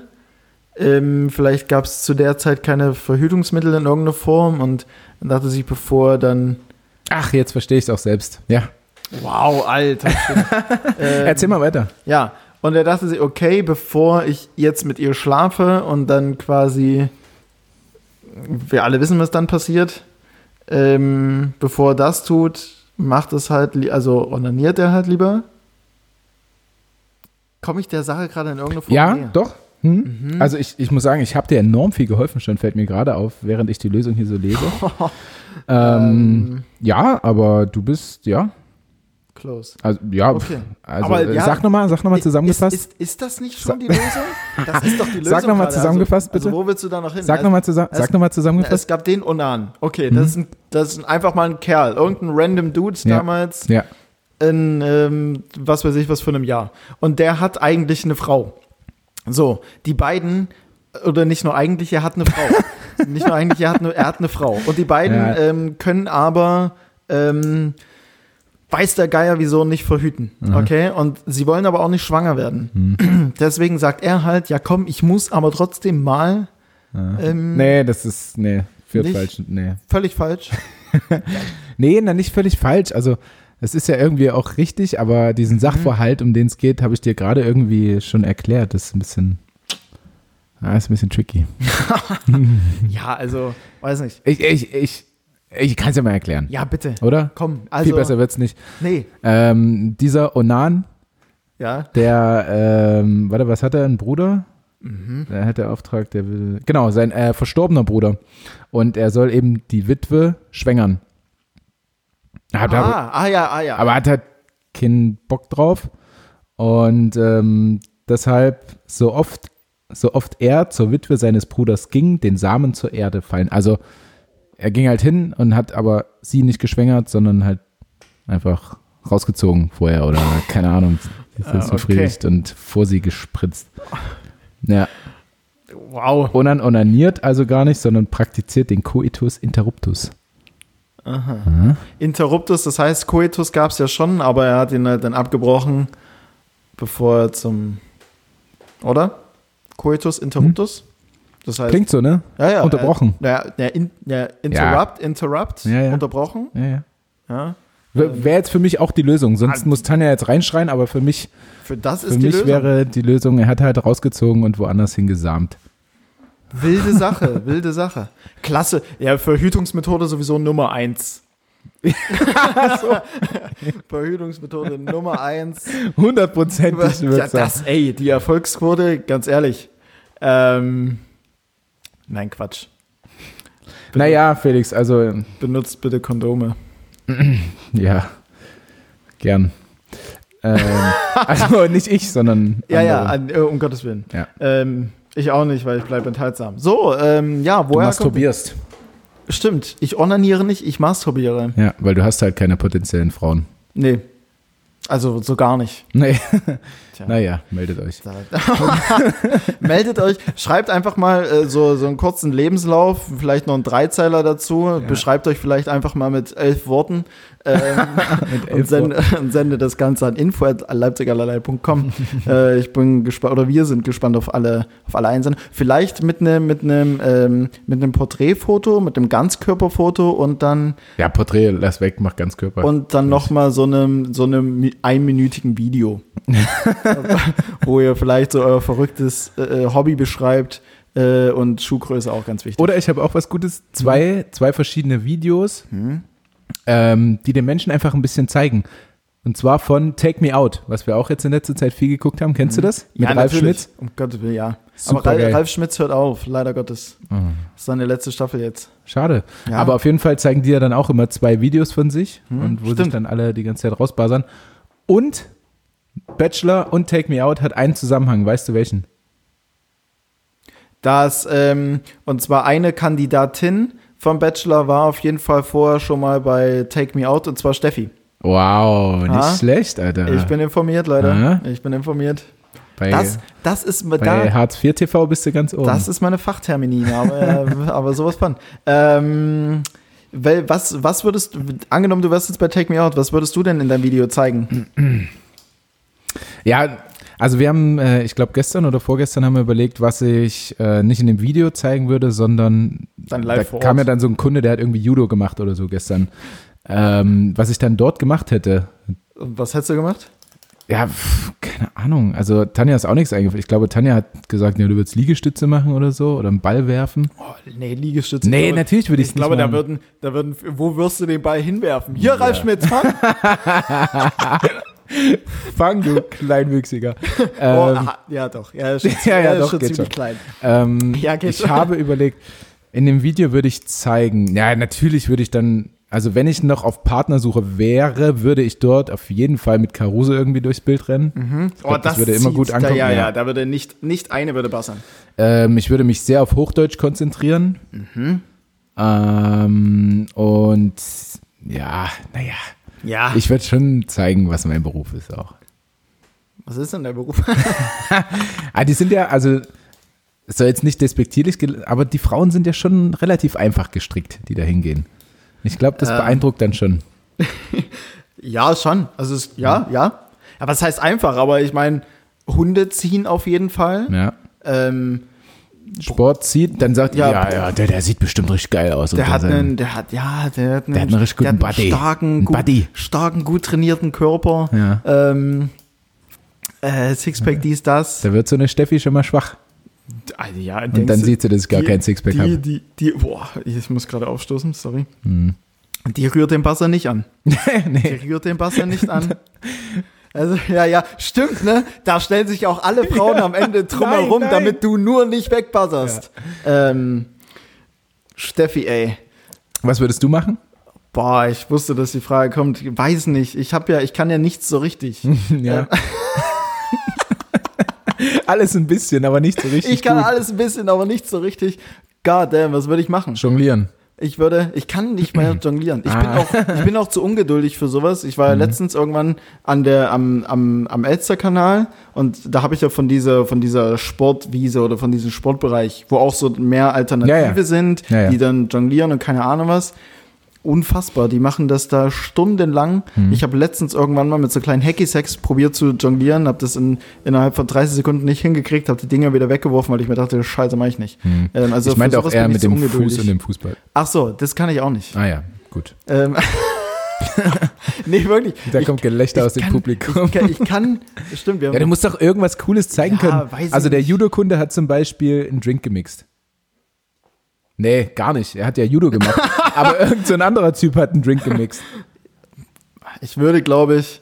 S1: Ähm, vielleicht gab es zu der Zeit keine Verhütungsmittel in irgendeiner Form und dann dachte sich, bevor er dann.
S2: Ach, jetzt verstehe ich es auch selbst. Ja.
S1: Wow, Alter. ähm,
S2: Erzähl mal weiter.
S1: ja, und er dachte sich, okay, bevor ich jetzt mit ihr schlafe und dann quasi, wir alle wissen, was dann passiert, ähm, bevor er das tut, macht es halt, li- also onaniert er halt lieber. Komme ich der Sache gerade in irgendeine Form
S2: Ja,
S1: näher?
S2: doch. Hm?
S1: Mhm.
S2: Also ich, ich muss sagen, ich habe dir enorm viel geholfen schon, fällt mir gerade auf, während ich die Lösung hier so lese. ähm, ja, aber du bist, ja,
S1: Close.
S2: also ja,
S1: Okay.
S2: pf, also
S1: Aber
S2: äh,
S1: ja.
S2: sag nochmal, sag nochmal zusammengefasst.
S1: Ist, ist, ist das nicht schon die Lösung? Das ist doch die Lösung.
S2: Sag noch mal
S1: gerade.
S2: zusammengefasst,
S1: also,
S2: bitte.
S1: Also wo willst du da noch hin?
S2: sag
S1: Also-
S2: nochmal zusammen,
S1: es-
S2: sag noch mal zusammengefasst.
S1: Es gab den Onan. Okay, das, ist ein, das ist einfach mal ein Kerl. Irgendein random Dude
S2: Ja.
S1: damals
S2: ja.
S1: in, ähm, was weiß ich, was für einem Jahr. Und der hat eigentlich eine Frau. So, die beiden, oder nicht nur eigentlich, er hat eine Frau. nicht nur eigentlich, er hat, nur, er hat eine Frau. Und die beiden
S2: Ja.
S1: ähm, können aber, ähm, weiß der Geier wieso, nicht verhüten.
S2: Mhm.
S1: Okay? Und sie wollen aber auch nicht schwanger werden. Deswegen sagt er halt, ja komm, ich muss aber trotzdem mal. Ähm,
S2: Nee, das ist, nee, führt
S1: Nicht?
S2: falsch. Nee.
S1: Völlig falsch.
S2: Nee, na, nicht völlig falsch. Also, es ist ja irgendwie auch richtig, aber
S1: Mhm.
S2: diesen Sachverhalt, um den es geht, habe ich dir gerade irgendwie schon erklärt. Das ist ein bisschen, ah, ist ein bisschen tricky.
S1: Ja, also, weiß nicht.
S2: Ich, ich, ich, ich kann es ja mal erklären.
S1: Ja, bitte.
S2: Oder?
S1: Komm, also.
S2: Viel besser wird's nicht.
S1: Nee.
S2: Ähm, dieser Onan,
S1: Ja.
S2: der, ähm, warte, was hat er? Ein Bruder?
S1: Mhm.
S2: Er hat der Auftrag, der will, genau, sein äh, verstorbener Bruder. Und er soll eben die Witwe schwängern. Hat er-
S1: Ah, ah ja, ah ja.
S2: aber hat halt keinen Bock drauf. Und ähm, deshalb, so oft, so oft er zur Witwe seines Bruders ging, den Samen zur Erde fallen. Also er ging halt hin und hat aber sie nicht geschwängert, sondern halt einfach rausgezogen vorher oder keine Ahnung,
S1: Ah, okay.
S2: befriedigt und vor sie gespritzt. Ja,
S1: wow.
S2: onan onaniert also gar nicht, sondern praktiziert den Coitus interruptus.
S1: Interruptus, das heißt, Coitus gab es ja schon, aber er hat ihn halt dann abgebrochen, bevor er zum. Oder? Coitus Interruptus? Das heißt.
S2: Hm. Klingt so, ne?
S1: ja, ja,
S2: unterbrochen.
S1: Äh, ja, ja, in, ja, interrupt, interrupt,
S2: Ja, ja.
S1: unterbrochen.
S2: Ja, ja.
S1: Ja.
S2: Wäre jetzt für mich auch die Lösung. Sonst
S1: Ah.
S2: muss Tanja jetzt reinschreien, aber für mich,
S1: Für das ist
S2: für
S1: die
S2: mich
S1: Lösung.
S2: wäre die Lösung, er hat halt rausgezogen und woanders hingesamt.
S1: wilde Sache, wilde Sache. Klasse. Ja, Verhütungsmethode sowieso Nummer eins. Verhütungsmethode Nummer eins.
S2: Hundertprozentig
S1: ja,
S2: wirksam.
S1: das, ey, die Erfolgsquote, ganz ehrlich. Ähm, nein, Quatsch.
S2: Naja, Felix, also
S1: Benutzt bitte Kondome.
S2: ja, gern. Ähm, also nicht ich, sondern
S1: Ja, ja,
S2: andere.
S1: an, äh, um Gottes Willen.
S2: Ja.
S1: Ähm, ich auch nicht, weil ich bleibe enthaltsam. So, ähm, ja,
S2: Du
S1: woher
S2: masturbierst.
S1: kommt... Stimmt, ich onaniere nicht, ich masturbiere.
S2: Ja, weil du hast halt keine potenziellen Frauen.
S1: Nee, also so gar nicht.
S2: Nee.
S1: Tja.
S2: naja, meldet euch.
S1: Meldet euch, schreibt einfach mal äh, so, so einen kurzen Lebenslauf, vielleicht noch einen Dreizeiler dazu, beschreibt euch vielleicht einfach mal mit elf Worten ähm, und,
S2: elf
S1: sende, und sende das Ganze an info.leipzigallerlei.com. äh, ich bin gespannt, oder wir sind gespannt auf alle, auf alle Einsendungen. Vielleicht mit einem mit einem ähm, mit einem Porträtfoto, mit einem Ganzkörperfoto und dann
S2: Ja, Porträt, lass weg, mach ganz Körper.
S1: und dann nochmal so einem so einem mi- einminütigen Video, wo ihr vielleicht so euer verrücktes äh, Hobby beschreibt äh, und Schuhgröße auch ganz wichtig.
S2: Oder ich habe auch was Gutes, zwei, zwei verschiedene Videos, ähm, die den Menschen einfach ein bisschen zeigen. Und zwar von Take Me Out, was wir auch jetzt in letzter Zeit viel geguckt haben. Kennst du das? Mit Ralf
S1: Mhm. natürlich.
S2: Schmitz.
S1: Um Gottes Willen, ja. Aber
S2: Supergeil.
S1: Ralf, Ralf Schmitz hört auf, leider Gottes. Das ist seine letzte Staffel jetzt.
S2: Schade.
S1: Ja. Mhm,
S2: Aber auf jeden Fall zeigen die ja dann auch immer zwei Videos von sich und wo sich
S1: stimmt.
S2: dann alle die ganze Zeit rausbasern. Und Bachelor und Take Me Out hat einen Zusammenhang. Weißt du welchen?
S1: Das, ähm, und zwar eine Kandidatin vom Bachelor war auf jeden Fall vorher schon mal bei Take Me Out und zwar Steffi.
S2: Wow, nicht
S1: Ah.
S2: schlecht, Alter.
S1: Ich bin informiert, Leute.
S2: Aha.
S1: Ich bin informiert.
S2: bei,
S1: Das, das ist da,
S2: bei Hartz IV um. TV bist du ganz oben.
S1: äh, Das ist meine Fachtermini, aber, aber sowas von. Ähm, Weil was, was würdest du, angenommen du wärst jetzt bei Take Me Out, was würdest du denn in deinem Video
S2: Hm.
S1: zeigen?
S2: Ja, also wir haben, äh, ich glaube gestern oder vorgestern haben wir überlegt, was ich äh, nicht in dem Video zeigen würde, sondern
S1: Dann live
S2: da
S1: vor
S2: kam
S1: Ort.
S2: ja dann so ein Kunde, der hat irgendwie Judo gemacht oder so gestern. Ähm, was ich dann dort gemacht hätte.
S1: Und was hättest du gemacht?
S2: Ja, pf, keine Ahnung. Also Tanja ist auch nichts eingefallen. Ich glaube, Tanja hat gesagt, ja, du würdest Liegestütze machen oder so oder einen Ball werfen.
S1: Oh, nee, Liegestütze.
S2: Nee,
S1: glaube-
S2: natürlich würde ich
S1: Ich glaube,
S2: nicht
S1: da
S2: machen.
S1: würden, da würden, wo wirst du den Ball hinwerfen? Hier, Ralf Schmitz, fang!
S2: Fang, du Kleinwüchsiger.
S1: Oh,
S2: ähm,
S1: aha, ja, doch. Ja, ist schon,
S2: Ja, ja,
S1: ist
S2: doch,
S1: schon
S2: geht
S1: ziemlich
S2: schon.
S1: klein.
S2: Ähm,
S1: Ja, geht
S2: ich
S1: schon.
S2: habe überlegt, in dem Video würde ich zeigen, ja, natürlich würde ich dann, also wenn ich noch auf Partnersuche wäre, würde ich dort auf jeden Fall mit Caruso irgendwie durchs Bild rennen.
S1: Mhm.
S2: Ich glaub, das, würde immer
S1: zieht.
S2: gut ankommen.
S1: Oh, Da, ja,
S2: ja.
S1: ja, da würde nicht, nicht eine würde passen.
S2: Ähm, ich würde mich sehr auf Hochdeutsch konzentrieren.
S1: Mhm.
S2: Ähm, und ja, naja,
S1: Ja.
S2: ich würde schon zeigen, was mein Beruf ist auch.
S1: was ist denn der Beruf?
S2: Ah, die sind ja, also, es soll jetzt nicht despektierlich, gel- aber die Frauen sind ja schon relativ einfach gestrickt, die da hingehen. Ich glaube,
S1: Ähm.
S2: das beeindruckt dann schon.
S1: ja, schon. Also, es, ja,
S2: Mhm.
S1: ja. Aber es heißt einfach, aber ich meine, Hunde ziehen auf jeden Fall.
S2: Ja.
S1: Ähm,
S2: Sport zieht, dann sagt
S1: Ja,
S2: ihr, ja, ja, der, der sieht bestimmt richtig geil aus.
S1: der
S2: unter
S1: hat
S2: seinem-
S1: einen, der hat, ja, der hat einen,
S2: hat einen richtig
S1: der
S2: guten
S1: hat
S2: Buddy.
S1: starken,
S2: Einen
S1: gut,
S2: Buddy.
S1: starken, gut trainierten Körper.
S2: Ja.
S1: Ähm, äh, Sixpack, dies, das.
S2: Da wird so eine Steffi schon mal schwach.
S1: Ah, ja,
S2: Und dann sieht sie, dass ich gar kein Sixpack
S1: die,
S2: habe.
S1: Die, die, boah, ich muss gerade aufstoßen, sorry.
S2: Mhm.
S1: Die rührt den Basser nicht an. Die
S2: nee.
S1: rührt den Basser nicht an. Also, ja, ja, stimmt, ne? Da stellen sich auch alle Frauen am Ende drumherum,
S2: Nein, nein.
S1: damit du nur nicht wegbasserst. Ähm, Steffi, ey.
S2: Was würdest du machen?
S1: Boah, ich wusste, dass die Frage kommt. Ich Weiß nicht. Ich hab ja, ich kann ja nichts so richtig.
S2: ja. Alles ein bisschen, aber nicht so richtig.
S1: Ich kann
S2: gut.
S1: alles ein bisschen, aber nichts so richtig. God damn, was würde ich machen?
S2: jonglieren.
S1: Ich würde, ich kann nicht mehr jonglieren. Ich, bin
S2: Ah. Mhm.
S1: auch, ich bin auch zu ungeduldig für sowas. Ich war ja letztens irgendwann an der, am, am, am Elsterkanal und da habe ich ja von dieser, von dieser Sportwiese oder von diesem Sportbereich, wo auch so mehr Alternative
S2: Ja, ja.
S1: sind,
S2: Ja, ja.
S1: die dann jonglieren und keine Ahnung was. Unfassbar, die machen das da stundenlang.
S2: Mhm.
S1: Ich habe letztens irgendwann mal mit so kleinen Hacky-Sacks probiert zu jonglieren, habe das in, innerhalb von 30 Sekunden nicht hingekriegt, habe die Dinger wieder weggeworfen, weil ich mir dachte, scheiße, mache ich nicht. Ähm, also
S2: Mhm. Ich meinte
S1: für
S2: auch
S1: sowas
S2: eher
S1: bin ich
S2: mit
S1: zu
S2: dem
S1: ungeduldig.
S2: Fuß und dem Fußball.
S1: Ach so, das kann ich auch nicht.
S2: Ah ja, gut.
S1: Ähm, nee, wirklich.
S2: Da
S1: ich,
S2: kommt Gelächter aus dem
S1: kann-
S2: Publikum.
S1: Ich kann, ich kann stimmt, wir
S2: Ja, du
S1: haben,
S2: musst doch irgendwas Cooles zeigen
S1: Ja,
S2: können.
S1: weiß ich
S2: also der
S1: nicht.
S2: Judo-Kunde hat zum Beispiel einen Drink gemixt. Nee, gar nicht. Er hat ja Judo gemacht. Aber irgendein so ein anderer Typ hat einen Drink gemixt.
S1: ich würde, glaube ich,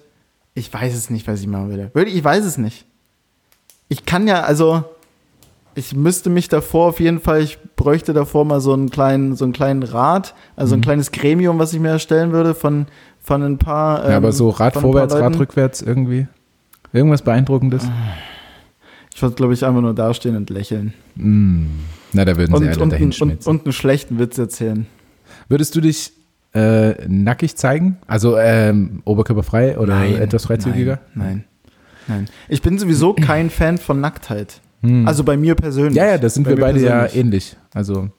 S1: ich weiß es nicht, was ich machen würde. Wirklich, ich weiß es nicht. Ich kann ja, also, ich müsste mich davor auf jeden Fall, ich bräuchte davor mal so einen kleinen, so einen kleinen Rat, also
S2: Mhm.
S1: ein kleines Gremium, was ich mir erstellen würde von, von ein paar.
S2: ja,
S1: ähm,
S2: aber so Rad
S1: von ein paar
S2: vorwärts, Rad
S1: Leuten. Ah.
S2: rückwärts irgendwie. Irgendwas Beeindruckendes.
S1: Ich würde, glaube ich, einfach nur dastehen und lächeln.
S2: Na, da würden sie
S1: Und,
S2: alle
S1: und,
S2: dahin
S1: und, und,
S2: schmelzen.
S1: und einen schlechten Witz erzählen.
S2: Würdest du dich äh, nackig zeigen? Also ähm, oberkörperfrei oder etwas freizügiger?
S1: Nein, nein, nein. Ich bin sowieso kein Fan von Nacktheit. Also bei mir persönlich.
S2: Hm. Ja, ja, das sind
S1: Bei
S2: wir
S1: mir
S2: beide ja
S1: persönlich.
S2: ähnlich. Also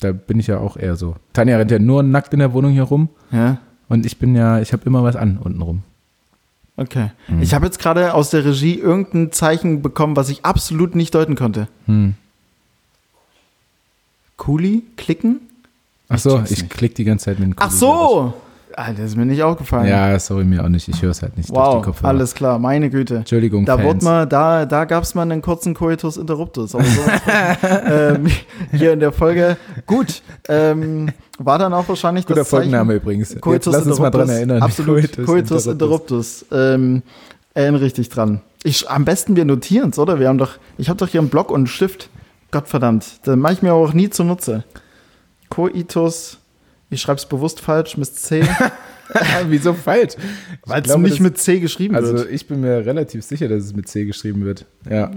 S2: da bin ich ja auch eher so. Tanja rennt ja nur nackt in der Wohnung hier rum.
S1: Ja,
S2: Und ich bin ja, ich habe immer was an untenrum.
S1: okay.
S2: Hm.
S1: Ich habe jetzt gerade aus der Regie irgendein Zeichen bekommen, was ich absolut nicht deuten konnte.
S2: Hm.
S1: Kuli? Klicken?
S2: Ach so,
S1: check's
S2: ich
S1: nicht.
S2: klick die ganze Zeit mit dem
S1: Ach
S2: Kuli-
S1: so! Alter, ist mir nicht aufgefallen.
S2: Ja, sorry, mir auch nicht. Ich höre es halt nicht durch die
S1: wow,
S2: Kopfhörer.
S1: alles klar, meine Güte.
S2: Entschuldigung,
S1: Da,
S2: Fans.
S1: wurde mal, da, da gab es mal einen kurzen Coitus Interruptus. aber sowas von, ähm, hier in der Folge. Gut, ähm, war dann auch wahrscheinlich
S2: Guter
S1: das Zeichen.
S2: Folgenname übrigens. Jetzt
S1: Coitus
S2: lass uns mal dran
S1: interruptus,
S2: erinnern.
S1: Absolut. Coitus,
S2: Coitus
S1: interruptus. Ähm, erinnere ich dich dran. Ich, am besten wir notieren es, oder? Wir haben doch, ich habe doch hier einen Block und einen Stift. Gottverdammt, da mache ich mir auch nie zunutze. Coitus, ich schreibe es bewusst falsch mit C,
S2: Wieso falsch? Ich
S1: weil es
S2: glaube,
S1: nicht
S2: das-
S1: mit C geschrieben
S2: Also
S1: wird.
S2: ich bin mir relativ sicher, dass es mit C geschrieben wird. Ja.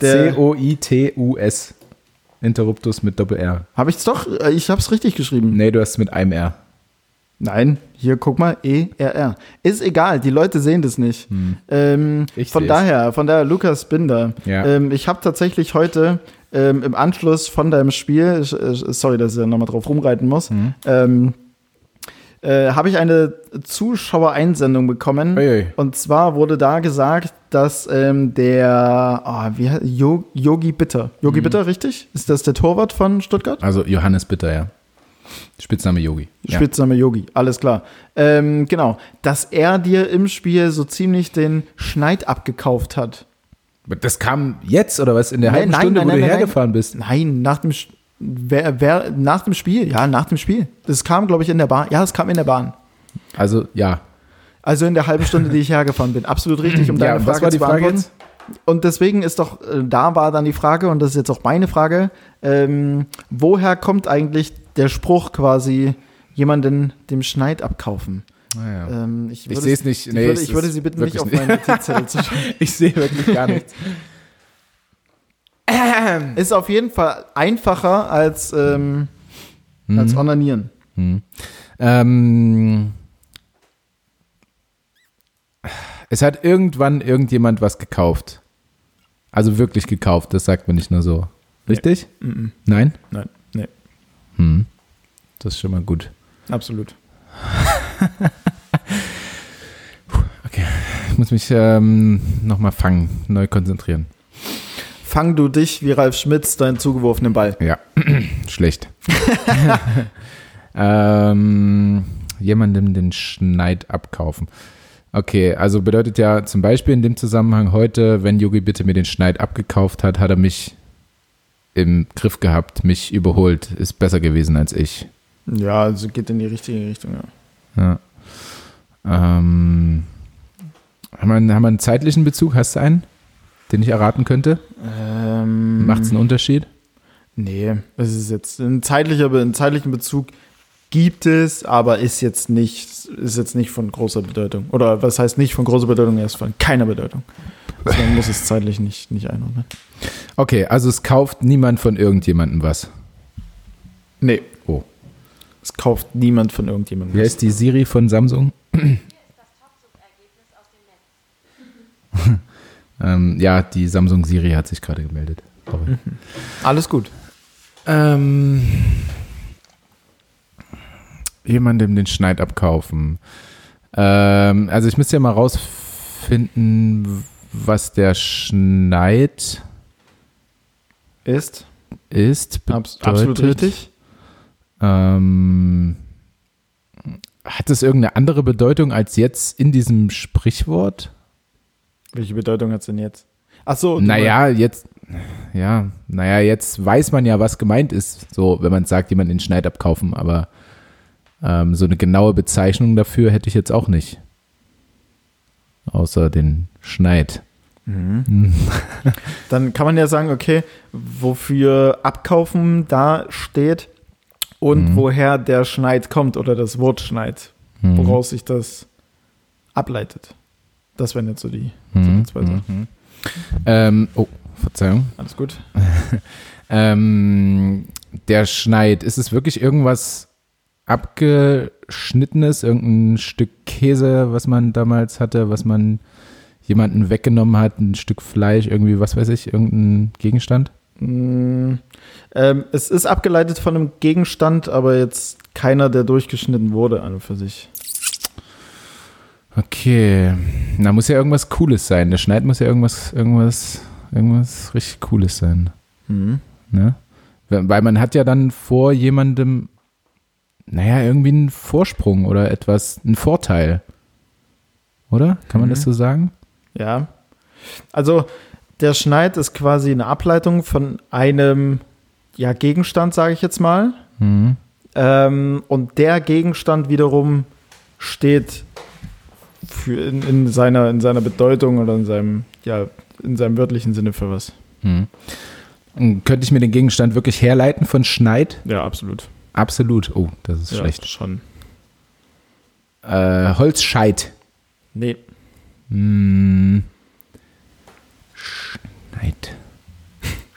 S1: Der-
S2: C-O-I-T-U-S. Interruptus mit Doppel-R.
S1: Habe ich es doch, äh, ich habe es richtig geschrieben.
S2: Nee, du hast es mit einem R.
S1: Nein, hier guck mal, ERR. Ist egal, die Leute sehen das nicht. Ähm,
S2: Hm. Ich
S1: von
S2: seh's.
S1: daher, von daher Lukas Binder.
S2: Ja.
S1: Ähm, ich habe tatsächlich heute ähm, im Anschluss von deinem Spiel, sch- äh, sorry, dass ich da nochmal drauf rumreiten muss,
S2: Hm.
S1: ähm, äh, habe ich eine Zuschauereinsendung bekommen.
S2: Ui, ui.
S1: Und zwar wurde da gesagt, dass ähm, der ah, wie, hei- Jo- Yogi Bitter.
S2: Hm.
S1: Yogi Bitter, richtig? Ist das der Torwart von Stuttgart?
S2: Also Johannes Bitter, ja. Spitzname Yogi. Ja.
S1: Spitzname Yogi, alles klar. Ähm, genau, dass er dir im Spiel so ziemlich den Schneid abgekauft hat.
S2: Das kam jetzt oder was? In der
S1: Nein,
S2: halben
S1: nein,
S2: Stunde,
S1: nein,
S2: wo du
S1: nein, nein,
S2: hergefahren bist?
S1: Nein, nach dem, Sch- wer, wer, nach dem Spiel, ja, nach dem Spiel. Das kam, glaube ich, in der Bahn. Ja, es kam in der Bahn.
S2: Also, ja.
S1: Also in der halben Stunde, die ich hergefahren bin. Absolut richtig, um
S2: Ja,
S1: deine
S2: und was
S1: Frage
S2: war die
S1: zu beantworten.
S2: Frage jetzt?
S1: Und deswegen ist doch, äh, da war dann die Frage, und das ist jetzt auch meine Frage, ähm, woher kommt eigentlich der Spruch quasi, jemanden dem Schneid abkaufen?
S2: Naja.
S1: Ähm, ich würde
S2: sehe es nicht.
S1: Ich,
S2: Nee,
S1: würde,
S2: es
S1: ich würde
S2: ist
S1: Sie bitten, nicht auf
S2: wirklich
S1: meinen Notizzettel zu schreiben.
S2: Ich sehe wirklich gar nichts.
S1: Ist auf jeden Fall einfacher als, ähm, als
S2: Mhm.
S1: Onanieren.
S2: Ähm, es hat irgendwann irgendjemand was gekauft. Also wirklich gekauft, das sagt man nicht nur so. Richtig?
S1: Mhm.
S2: Nein?
S1: Nein, nee,
S2: Hm. Das ist schon mal gut.
S1: absolut.
S2: Ich muss mich ähm, nochmal fangen, neu konzentrieren.
S1: Fang du dich wie Ralf Schmitz deinen zugeworfenen Ball.
S2: Ja, schlecht. ähm, jemandem den Schneid abkaufen. Okay, also bedeutet ja zum Beispiel in dem Zusammenhang heute, wenn Yogi bitte mir den Schneid abgekauft hat, hat er mich im Griff gehabt, mich überholt, ist besser gewesen als ich.
S1: Ja, also geht in die richtige Richtung, ja.
S2: Ja. Ähm, haben, wir einen, haben wir einen zeitlichen Bezug? Hast du einen, den ich erraten könnte?
S1: Ähm,
S2: Macht es einen Unterschied?
S1: Nee, es ist jetzt ein zeitlicher, Be- einen zeitlichen Bezug gibt es, aber ist jetzt nicht, ist jetzt nicht von großer Bedeutung. Oder was heißt nicht von großer Bedeutung, er ist von keiner Bedeutung. Deswegen muss es zeitlich nicht, nicht einordnen.
S2: Okay, also es kauft niemand von irgendjemandem was.
S1: Nee,
S2: Oh.
S1: es kauft niemand von irgendjemandem.
S2: Wer ist die Siri von Samsung? ähm, ja, die Samsung Siri hat sich gerade gemeldet. Sorry.
S1: Alles gut.
S2: Ähm, jemandem den Schneid abkaufen. Ähm, also ich müsste ja mal rausfinden, was der Schneid
S1: Ist
S2: ist.
S1: abs absolut
S2: bedeutet.
S1: richtig.
S2: Ähm, hat es irgendeine andere Bedeutung als jetzt in diesem Sprichwort?
S1: Welche Bedeutung hat es denn jetzt? Ach so. du
S2: Naja, jetzt, ja, naja, jetzt weiß man ja, was gemeint ist, so, wenn man sagt, jemand den Schneid abkaufen, aber ähm, so eine genaue Bezeichnung dafür hätte ich jetzt auch nicht. Außer den Schneid.
S1: Mhm. dann kann man ja sagen, okay, wofür abkaufen da steht
S2: Mhm.
S1: und woher der Schneid kommt oder das Wort Schneid,
S2: Hm. Mhm.
S1: woraus sich das ableitet. Das wären jetzt so die, so die zwei Sachen.
S2: Hm. Ähm, oh, Verzeihung.
S1: Alles gut.
S2: Ähm, der Schneid, ist es wirklich irgendwas abgeschnittenes, irgendein Stück Käse, was man damals hatte, was man jemanden weggenommen hat, ein Stück Fleisch, irgendwie, was weiß ich, irgendein Gegenstand?
S1: Mm, Ähm, es ist abgeleitet von einem Gegenstand, aber jetzt keiner, der durchgeschnitten wurde an und für sich.
S2: Okay, na muss ja irgendwas Cooles sein. Der Schneid muss ja irgendwas, irgendwas, irgendwas richtig Cooles sein.
S1: Mhm.
S2: Ne? Weil weil man hat ja dann vor jemandem, naja, irgendwie einen Vorsprung oder etwas, einen Vorteil. Oder?
S1: Mhm.
S2: Kann man das so sagen?
S1: Ja. Also der Schneid ist quasi eine Ableitung von einem ja, Gegenstand, sage ich jetzt mal.
S2: Mhm.
S1: Ähm, und der Gegenstand wiederum steht für in, in, seiner, in seiner Bedeutung oder in seinem, ja, in seinem wörtlichen Sinne für was.
S2: Und Könnte ich mir den Gegenstand wirklich herleiten von Schneid?
S1: Ja, absolut.
S2: Absolut. Oh, das ist
S1: Ja,
S2: schlecht.
S1: Schon.
S2: Äh, Holzscheit.
S1: Nee.
S2: Hm. Schneid.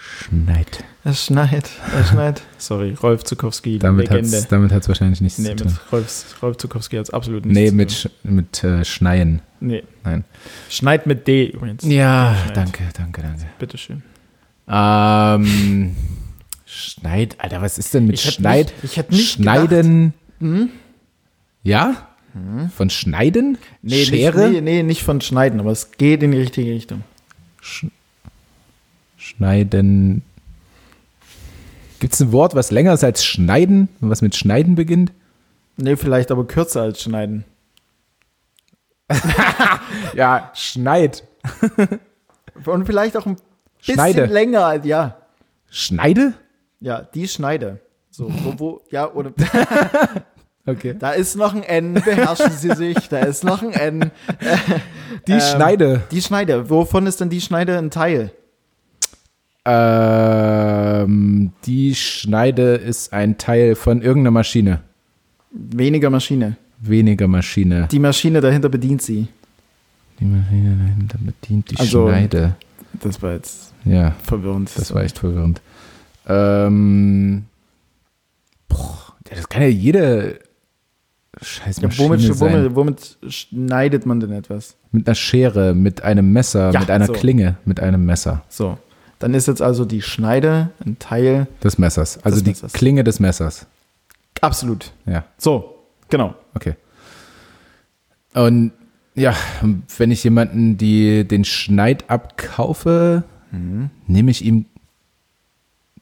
S2: schneit.
S1: Es schneit, es schneit. Sorry, Rolf Zukowski,
S2: Damit hat
S1: Legende.
S2: es damit hat's wahrscheinlich nichts
S1: Nee,
S2: zu tun.
S1: mit Rolf, Rolf Zukowski hat es absolut nichts
S2: Nee,
S1: zu
S2: mit,
S1: tun.
S2: Sch- mit äh, Schneien.
S1: Nee.
S2: Nein.
S1: Schneid mit D übrigens.
S2: Ja,
S1: Schneid.
S2: danke, danke, danke.
S1: Bitteschön.
S2: Ähm, Schneid, Alter, was ist denn mit
S1: Ich hätte
S2: Schneid?
S1: nicht- ich hätte nicht Hm?
S2: Schneiden. Ja? Von Schneiden?
S1: Nee,
S2: Schere?
S1: Nicht, nee, nee, nicht von Schneiden, aber es geht in die richtige Richtung.
S2: Sch Schneiden. Gibt es ein Wort, was länger ist als Schneiden und was mit Schneiden beginnt?
S1: Nee, vielleicht aber kürzer als Schneiden.
S2: Ja, Schneid.
S1: Und vielleicht auch ein bisschen
S2: Schneide.
S1: länger als, ja.
S2: Schneide?
S1: Ja, die Schneide. So, wo, wo, ja, oder
S2: Okay.
S1: da ist noch ein N, beherrschen Sie sich, da ist noch ein N. Ähm.
S2: Die Schneide.
S1: Die Schneide, wovon ist denn die Schneide ein Teil?
S2: Ähm, die Schneide ist ein Teil von irgendeiner Maschine.
S1: Weniger Maschine.
S2: Weniger Maschine.
S1: Die Maschine dahinter bedient sie.
S2: Die Maschine dahinter bedient die
S1: Also-
S2: Schneide.
S1: Das war jetzt
S2: Ja,
S1: verwirrend.
S2: das war echt verwirrend. Ähm, boah, ja, das kann ja jede scheiß
S1: ja,
S2: Maschine
S1: womit,
S2: sein.
S1: womit, womit schneidet man denn etwas?
S2: Mit einer Schere, mit einem Messer,
S1: Ja,
S2: mit einer
S1: so.
S2: Klinge, mit einem Messer
S1: So, dann ist jetzt also die Schneide ein Teil.
S2: des Messers. Also
S1: Des
S2: die
S1: Messers.
S2: Klinge des Messers.
S1: Absolut.
S2: Ja,
S1: So, genau.
S2: okay. Und ja, wenn ich jemanden die, den Schneid abkaufe,
S1: Mhm.
S2: nehme ich ihm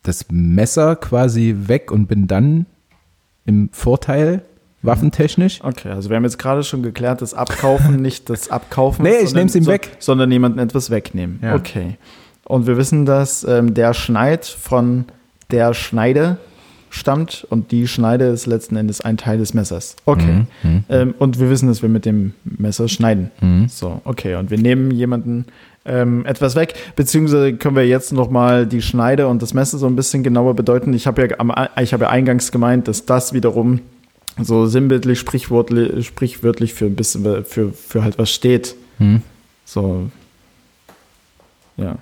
S2: das Messer quasi weg und bin dann im Vorteil
S1: Mhm.
S2: waffentechnisch.
S1: Okay, also wir haben jetzt gerade schon geklärt, das Abkaufen nicht das Abkaufen.
S2: Nee, ich
S1: sondern-
S2: nehm's ihm weg.
S1: Sondern jemandem etwas wegnehmen.
S2: Ja.
S1: Okay. Und wir wissen, dass ähm, der Schneid von der Schneide stammt und die Schneide ist letzten Endes ein Teil des Messers. Okay. Ähm, und wir wissen, dass wir mit dem Messer schneiden. So, okay. Und wir nehmen jemanden ähm, etwas weg, beziehungsweise können wir jetzt nochmal die Schneide und das Messer so ein bisschen genauer bedeuten. Ich habe ja, am- ich habe ja eingangs gemeint, dass das wiederum so sinnbildlich, sprichwörtlich, sprichwörtlich für ein bisschen, für, für halt was steht. So. Ja.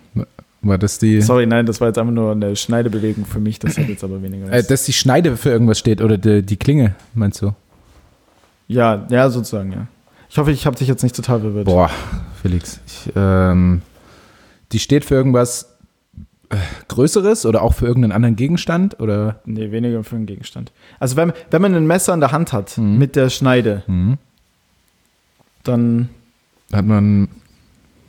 S2: War das die.
S1: Sorry, nein, das war jetzt einfach nur eine Schneidebewegung für mich, das hat jetzt aber weniger
S2: Äh,
S1: was.
S2: dass die Schneide für irgendwas steht oder die, die Klinge, meinst du?
S1: ja, ja, sozusagen, ja. Ich hoffe, ich habe dich jetzt nicht total verwirrt.
S2: Boah, Felix. Ich, ähm, die steht für irgendwas äh, Größeres oder auch für irgendeinen anderen Gegenstand oder
S1: Nee, weniger für einen Gegenstand. Also wenn, wenn man ein Messer in der Hand hat
S2: Mhm.
S1: mit der Schneide, dann,
S2: hat man ein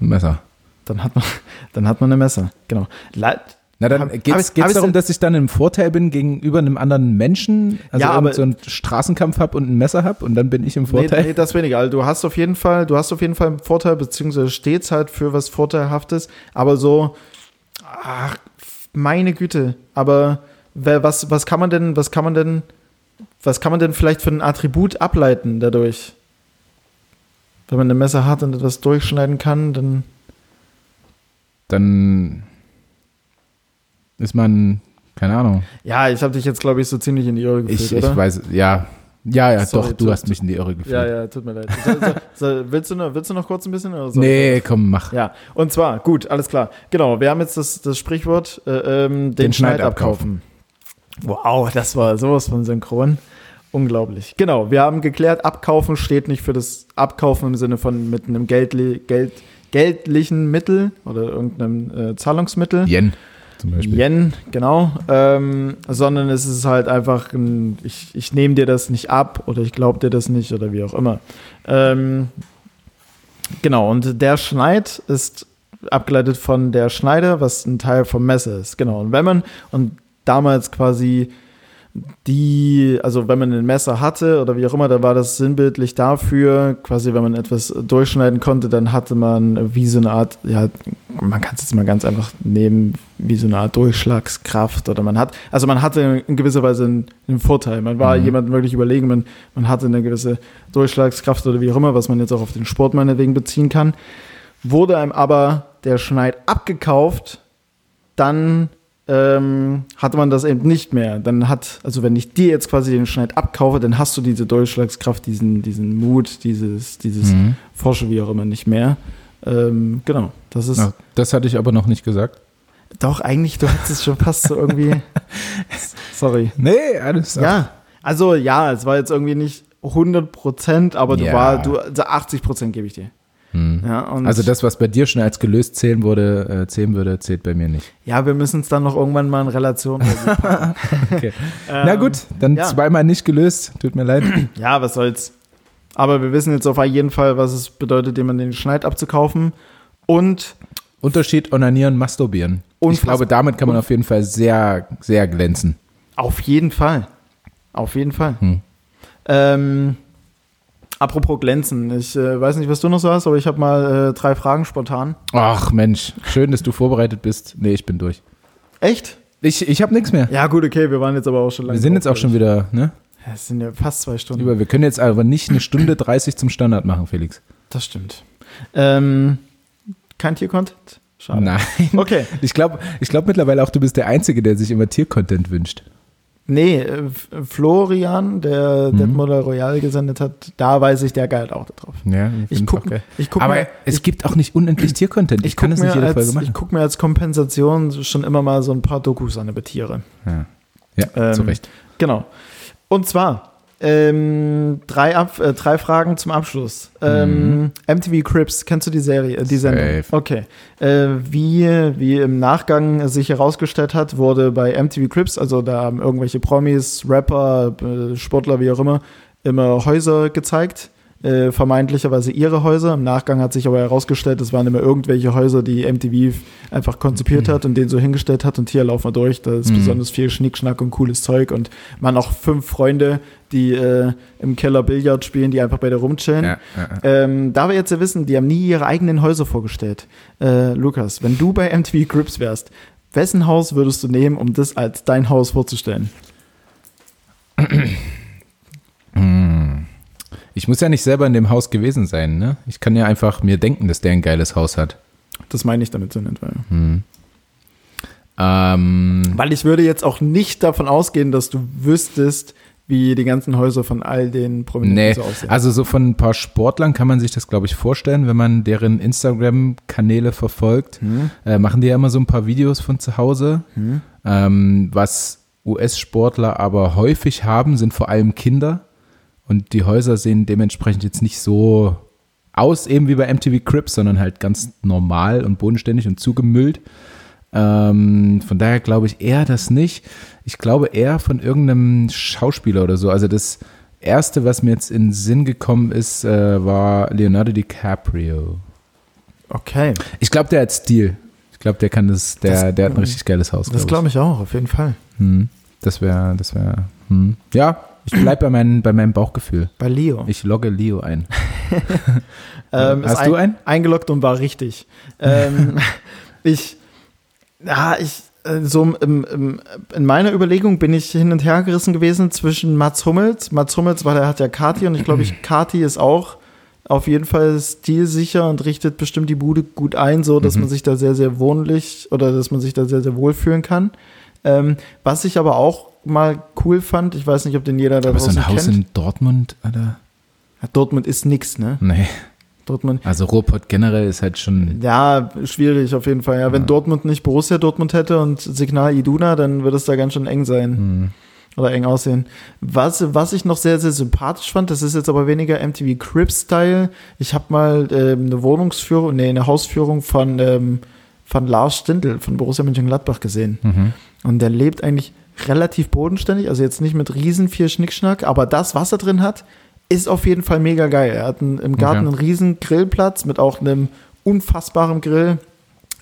S2: Messer?
S1: dann, hat man, dann hat man ein Messer. Genau. Le
S2: Na, dann
S1: Hab-
S2: geht
S1: hab ich-
S2: es
S1: hab ich-
S2: darum, dass ich dann im Vorteil bin gegenüber einem anderen Menschen, also
S1: Ja, aber-
S2: irgend so einen Straßenkampf habe und ein Messer habe und dann bin ich im Vorteil.
S1: Nee, nee, das weniger. Also du hast auf jeden Fall, du hast auf jeden Fall einen Vorteil, beziehungsweise stehst halt für was Vorteilhaftes, aber so, ach, meine Güte, aber wer, was, was kann man denn, was kann man denn, was kann man denn vielleicht für ein Attribut ableiten dadurch? Wenn man ein Messer hat und etwas durchschneiden kann, dann
S2: Dann ist man, keine Ahnung.
S1: Ja, ich habe dich jetzt, glaube ich, so ziemlich in die Irre geführt,
S2: Ich, ich
S1: oder?
S2: weiß, ja. Ja, ja,
S1: Sorry,
S2: doch, du
S1: zu-
S2: hast mich in die Irre geführt.
S1: Ja, ja, tut mir leid. So, so, so, willst, du noch, willst du noch kurz ein bisschen? Oder so?
S2: Nee, komm, mach.
S1: Ja, und zwar, gut, alles klar. Genau, wir haben jetzt das, das Sprichwort, äh, ähm, den,
S2: Den Schneid
S1: Schneid, abkaufen. Wow, das war sowas von synchron. Unglaublich. Genau, wir haben geklärt, abkaufen steht nicht für das Abkaufen im Sinne von mit einem Geldli Geld, geldlichen Mittel oder irgendeinem äh, Zahlungsmittel.
S2: Yen zum Beispiel.
S1: Yen, genau. Ähm, sondern es ist halt einfach, ein, ich, ich nehme dir das nicht ab oder ich glaube dir das nicht oder wie auch immer. Ähm, genau, und der Schneid ist abgeleitet von der Schneide, was ein Teil vom Messer ist. Genau, und wenn man, und damals quasi die, also wenn man ein Messer hatte oder wie auch immer, da war das sinnbildlich dafür, quasi wenn man etwas durchschneiden konnte, dann hatte man wie so eine Art, ja, man kann es jetzt mal ganz einfach nehmen, wie so eine Art Durchschlagskraft oder man hat, also man hatte in gewisser Weise einen, einen Vorteil. Man war jemandem wirklich überlegen, man, man hatte eine gewisse Durchschlagskraft oder wie auch immer, was man jetzt auch auf den Sport meinetwegen beziehen kann. Wurde einem aber der Schneid abgekauft, dann ähm, hatte man das eben nicht mehr. Dann hat, also wenn ich dir jetzt quasi den Schneid abkaufe, dann hast du diese Durchschlagskraft, diesen, diesen Mut, dieses, dieses
S2: Mhm.
S1: Forsche, wie auch immer, nicht mehr. Ähm, genau, das ist.
S2: Ach, das hatte ich aber noch nicht gesagt.
S1: Doch, eigentlich, du hattest schon fast so irgendwie. Sorry.
S2: Nee, alles
S1: Ja, also ja, es war jetzt irgendwie nicht 100 Prozent, aber du
S2: Ja.
S1: war, du, also 80 Prozent gebe ich dir. Ja, und
S2: Also das, was bei dir schon als gelöst zählen wurde, äh, zählen würde, zählt bei mir nicht.
S1: ja, wir müssen es dann noch irgendwann mal in Relation. bringen.
S2: Okay. Na gut, dann
S1: ja.
S2: zweimal nicht gelöst. Tut mir leid.
S1: ja, was soll's. Aber wir wissen jetzt auf jeden Fall, was es bedeutet, jemanden den Schneid abzukaufen. Und
S2: Unterschied onanieren, masturbieren. Ich
S1: Unfassbar.
S2: glaube, damit kann man auf jeden Fall sehr, sehr glänzen.
S1: auf jeden Fall. Auf jeden Fall.
S2: Hm.
S1: Ähm, apropos Glänzen. Ich äh, weiß nicht, was du noch so hast, aber ich habe mal äh, drei Fragen spontan.
S2: Ach Mensch, schön, dass du vorbereitet bist. Nee, ich bin durch.
S1: Echt?
S2: Ich, ich habe nichts mehr.
S1: Ja, gut, okay, wir waren jetzt aber auch schon lange.
S2: Wir sind jetzt auch schon wieder, ne?
S1: Ja, Es sind ja fast zwei Stunden.
S2: Über, wir können jetzt aber nicht eine Stunde 30 zum Standard machen, Felix.
S1: Das stimmt. Ähm, kein Tiercontent? Schade.
S2: Nein.
S1: Okay.
S2: Ich glaube ich glaub mittlerweile auch, du bist der Einzige, der sich immer Tiercontent wünscht.
S1: Nee, äh, F- Florian, der mhm. Royal gesendet hat, da weiß ich, der geilt auch da drauf.
S2: Ja,
S1: Ich guck, ich guck
S2: Aber
S1: mir,
S2: es gibt auch nicht unendlich Tiercontent. Ich,
S1: ich guck
S2: kann es
S1: mir
S2: nicht jede Folge
S1: als,
S2: machen.
S1: ich guck mir als Kompensation schon immer mal so ein paar Dokus an über Tiere.
S2: ja, ja zu
S1: Ähm,
S2: Recht.
S1: Genau. Und zwar ähm, drei, Ab äh, drei Fragen zum Abschluss. Ähm, MTV Crips, kennst du die Serie, äh, die Sendung?
S2: Mhm. Safe.
S1: Okay. Äh, wie, wie im Nachgang sich herausgestellt hat, wurde bei MTV Crips, also da haben irgendwelche Promis, Rapper, äh, Sportler, wie auch immer, immer Häuser gezeigt. Äh, vermeintlicherweise ihre Häuser. Im Nachgang hat sich aber herausgestellt, es waren immer irgendwelche Häuser, die MTV einfach konzipiert
S2: Mhm.
S1: hat und den so hingestellt hat und hier laufen wir durch. Da ist besonders viel Schnickschnack und cooles Zeug und man auch fünf Freunde, die äh, im Keller Billard spielen, die einfach bei der rumchillen.
S2: Ja, ja, ja.
S1: Ähm, da wir jetzt ja wissen, die haben nie ihre eigenen Häuser vorgestellt. Äh, Lukas, wenn du bei MTV Crips wärst, wessen Haus würdest du nehmen, um das als dein Haus vorzustellen?
S2: Ich muss ja nicht selber in dem Haus gewesen sein, ne? Ich kann ja einfach mir denken, dass der ein geiles Haus hat.
S1: Das meine ich damit so nicht. Weil,
S2: Ähm,
S1: weil ich würde jetzt auch nicht davon ausgehen, dass du wüsstest, wie die ganzen Häuser von all den Prominenten
S2: nee,
S1: so aussehen.
S2: also so von ein paar Sportlern kann man sich das, glaube ich, vorstellen, wenn man deren Instagram-Kanäle verfolgt. Äh, machen die ja immer so ein paar Videos von zu Hause. Ähm, was US-Sportler aber häufig haben, sind vor allem Kinder. Und die Häuser sehen dementsprechend jetzt nicht so aus, eben wie bei MTV Crips, sondern halt ganz normal und bodenständig und zugemüllt. Ähm, von daher glaube ich eher das nicht. Ich glaube eher von irgendeinem Schauspieler oder so. Also das Erste, was mir jetzt in den Sinn gekommen ist, äh, war Leonardo DiCaprio.
S1: Okay,
S2: Ich glaube, der hat Stil. Ich glaube, der kann das, der, der hat ein richtig geiles Haus.
S1: das glaube ich auch, auf jeden Fall.
S2: ich. Hm. Das wäre, das wäre, hm. ja, ich bleibe bei, meinem bei meinem Bauchgefühl.
S1: Bei Leo.
S2: Ich logge Leo ein.
S1: Ähm,
S2: Hast
S1: ist
S2: du einen?
S1: Eingeloggt und war richtig. Ähm, ich, ja, ich, äh, so im- im, im, in meiner Überlegung bin ich hin und her gerissen gewesen zwischen Mats Hummels. Mats Hummels war, der hat ja Kati und ich glaube, ich, Kati ist auch auf jeden Fall stilsicher und richtet bestimmt die Bude gut ein, so dass
S2: Mhm.
S1: man sich da sehr, sehr wohnlich oder dass man sich da sehr, sehr wohlfühlen kann. Ähm, was ich aber auch mal cool fand, ich weiß nicht, ob den jeder da
S2: Aber so
S1: draußen
S2: ein Haus
S1: kennt.
S2: in Dortmund, Alter?
S1: Dortmund ist nix, ne?
S2: Nee.
S1: Dortmund.
S2: Also Ruhrpott generell ist halt schon,
S1: Ja, schwierig auf jeden Fall. Ja, wenn Dortmund nicht Borussia Dortmund hätte und Signal Iduna, dann würde es da ganz schön eng sein. Oder eng aussehen. Was, was ich noch sehr, sehr sympathisch fand, das ist jetzt aber weniger MTV Crib-Style. Ich habe mal ähm, eine Wohnungsführung, nee, eine Hausführung von, ähm, von Lars Stindl von Borussia Mönchengladbach gesehen. Und der lebt eigentlich relativ bodenständig, also jetzt nicht mit riesen viel Schnickschnack, aber das, was er drin hat, ist auf jeden Fall mega geil. Er hat einen, im Garten
S2: Okay.
S1: einen riesen Grillplatz mit auch einem unfassbaren Grill,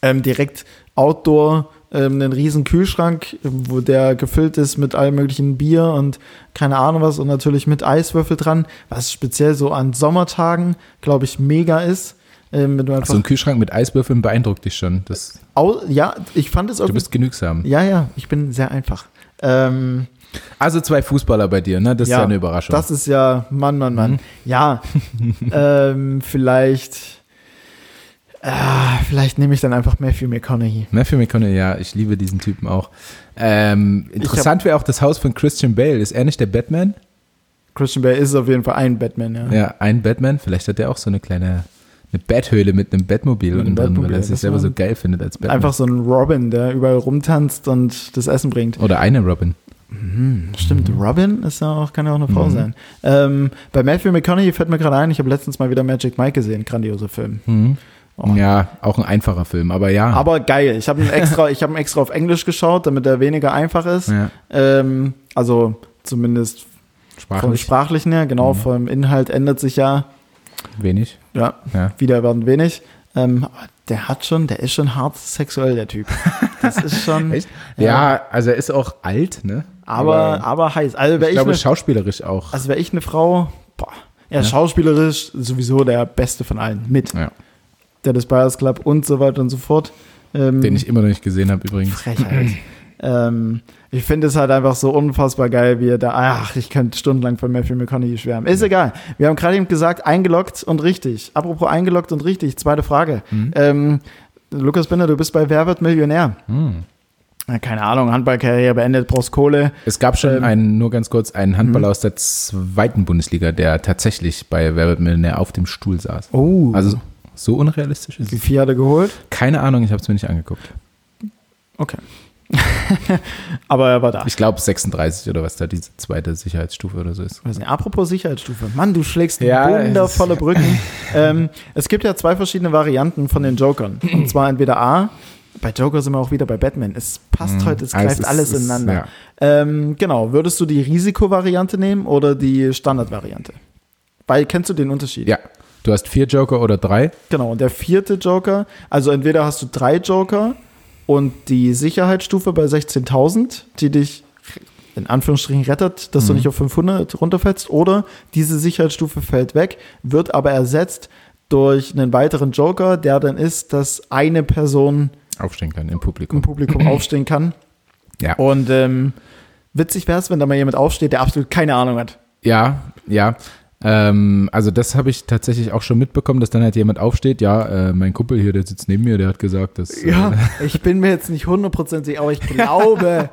S1: ähm, direkt Outdoor, ähm, einen riesen Kühlschrank, wo der gefüllt ist mit allem möglichen Bier und keine Ahnung was und natürlich mit Eiswürfel dran, was speziell so an Sommertagen, glaube ich, mega ist. Ähm, wenn du einfach
S2: so ein Kühlschrank mit Eiswürfeln beeindruckt dich schon. Das,
S1: au ja, ich fand es
S2: du
S1: irgendwie
S2: bist genügsam.
S1: ja, ja, ich bin sehr einfach. Ähm,
S2: Also zwei Fußballer bei dir, ne? Das ist ja eine Überraschung.
S1: Das ist ja, Mann, Mann,
S2: Mhm.
S1: Mann. Ja, ähm, vielleicht, äh, vielleicht nehme ich dann einfach Matthew McConaughey.
S2: Matthew McConaughey, ja, ich liebe diesen Typen auch. Ähm, interessant wäre auch das Haus von Christian Bale. Ist er nicht der Batman?
S1: Christian Bale ist auf jeden Fall ein Batman, ja.
S2: Ja, ein Batman. Vielleicht hat er auch so eine kleine eine Betthöhle mit einem Bettmobil
S1: Mit einem
S2: unten drin, weil
S1: Bettmobil,
S2: er sich
S1: das
S2: selber
S1: war-
S2: so geil findet als Batman.
S1: Einfach so ein Robin, der überall rumtanzt und das Essen bringt.
S2: Oder eine Robin. Hm,
S1: Stimmt, Robin ist ja auch, kann ja auch eine
S2: Mhm.
S1: Frau sein. Ähm, bei Matthew McConaughey fällt mir gerade ein, ich habe letztens mal wieder Magic Mike gesehen, grandioser Film. Oh.
S2: Mhm. Ja, auch ein einfacher Film, aber ja.
S1: Aber geil, ich habe ihn extra, ich habe ihn extra auf Englisch geschaut, damit er weniger einfach ist.
S2: ja,
S1: Ähm, also zumindest vom
S2: sprachlich Mhm.
S1: Sprachlichen her, genau, vom Inhalt ändert sich ja,
S2: wenig.
S1: ja,
S2: Ja.
S1: wieder werden wenig. Ähm, aber der hat schon, der ist schon hart sexuell, der Typ. Das ist schon,
S2: Ja, also er ist auch alt, ne?
S1: aber, aber heiß. Also
S2: ich
S1: wäre ich,
S2: glaube
S1: ne-
S2: schauspielerisch auch.
S1: also wär ich eine Frau, boah, ja, schauspielerisch sowieso der Beste von allen mit.
S2: ja,
S1: Der des Bias Club und so weiter und so fort. Ähm,
S2: den ich immer noch nicht gesehen habe übrigens.
S1: Frechheit. ähm, ich finde es halt einfach so unfassbar geil, wie er da. Ach, ich könnte stundenlang von Matthew McConaughey schwärmen. Ist egal. Wir haben gerade eben gesagt, eingeloggt und richtig. Apropos eingeloggt und richtig, zweite Frage.
S2: Mhm.
S1: Ähm, Lukas Binder, du bist bei Wer wird Millionär?
S2: Hm.
S1: Na, keine Ahnung, Handballkarriere beendet, brauchst Kohle.
S2: Es gab
S1: Ähm,
S2: schon einen, nur ganz kurz, einen
S1: hm?
S2: Handballer aus der zweiten Bundesliga, der tatsächlich bei Wer wird Millionär auf dem Stuhl saß.
S1: Oh.
S2: Also so unrealistisch ist
S1: Wie
S2: es.
S1: viel hat er geholt?
S2: Keine Ahnung, ich habe es mir nicht angeguckt.
S1: Okay. Aber er war da.
S2: Ich glaube 36 oder was da diese zweite Sicherheitsstufe oder so ist.
S1: Weiß nicht, apropos Sicherheitsstufe. Mann, du schlägst
S2: Ja,
S1: wundervolle
S2: es-
S1: Brücken. ähm, es gibt ja zwei verschiedene Varianten von den Jokern. Und zwar entweder A, bei Joker sind wir auch wieder bei Batman. Es passt heute, es
S2: Ah, es
S1: greift
S2: ist-
S1: alles
S2: es ist-
S1: ineinander.
S2: ja.
S1: Ähm, genau, würdest du die Risikovariante nehmen oder die Standardvariante? Weil, kennst du den Unterschied?
S2: Ja, du hast vier Joker oder drei.
S1: Genau, und der vierte Joker, also entweder hast du drei Joker und die Sicherheitsstufe bei 16.000, die dich in Anführungsstrichen rettet, dass du
S2: Mhm.
S1: nicht auf 500 runterfällst, oder diese Sicherheitsstufe fällt weg, wird aber ersetzt durch einen weiteren Joker, der dann ist, dass eine Person
S2: Aufstehen kann im
S1: im
S2: Publikum.
S1: Publikum aufstehen kann.
S2: Ja.
S1: Und ähm, witzig wäre es, wenn da mal jemand aufsteht, der absolut keine Ahnung hat.
S2: Ja, ja. Ähm, also das habe ich tatsächlich auch schon mitbekommen, dass dann halt jemand aufsteht, ja, äh, mein Kumpel hier, der sitzt neben mir, der hat gesagt, dass äh,
S1: Ja, ich bin mir jetzt nicht hundertprozentig sicher, aber ich glaube,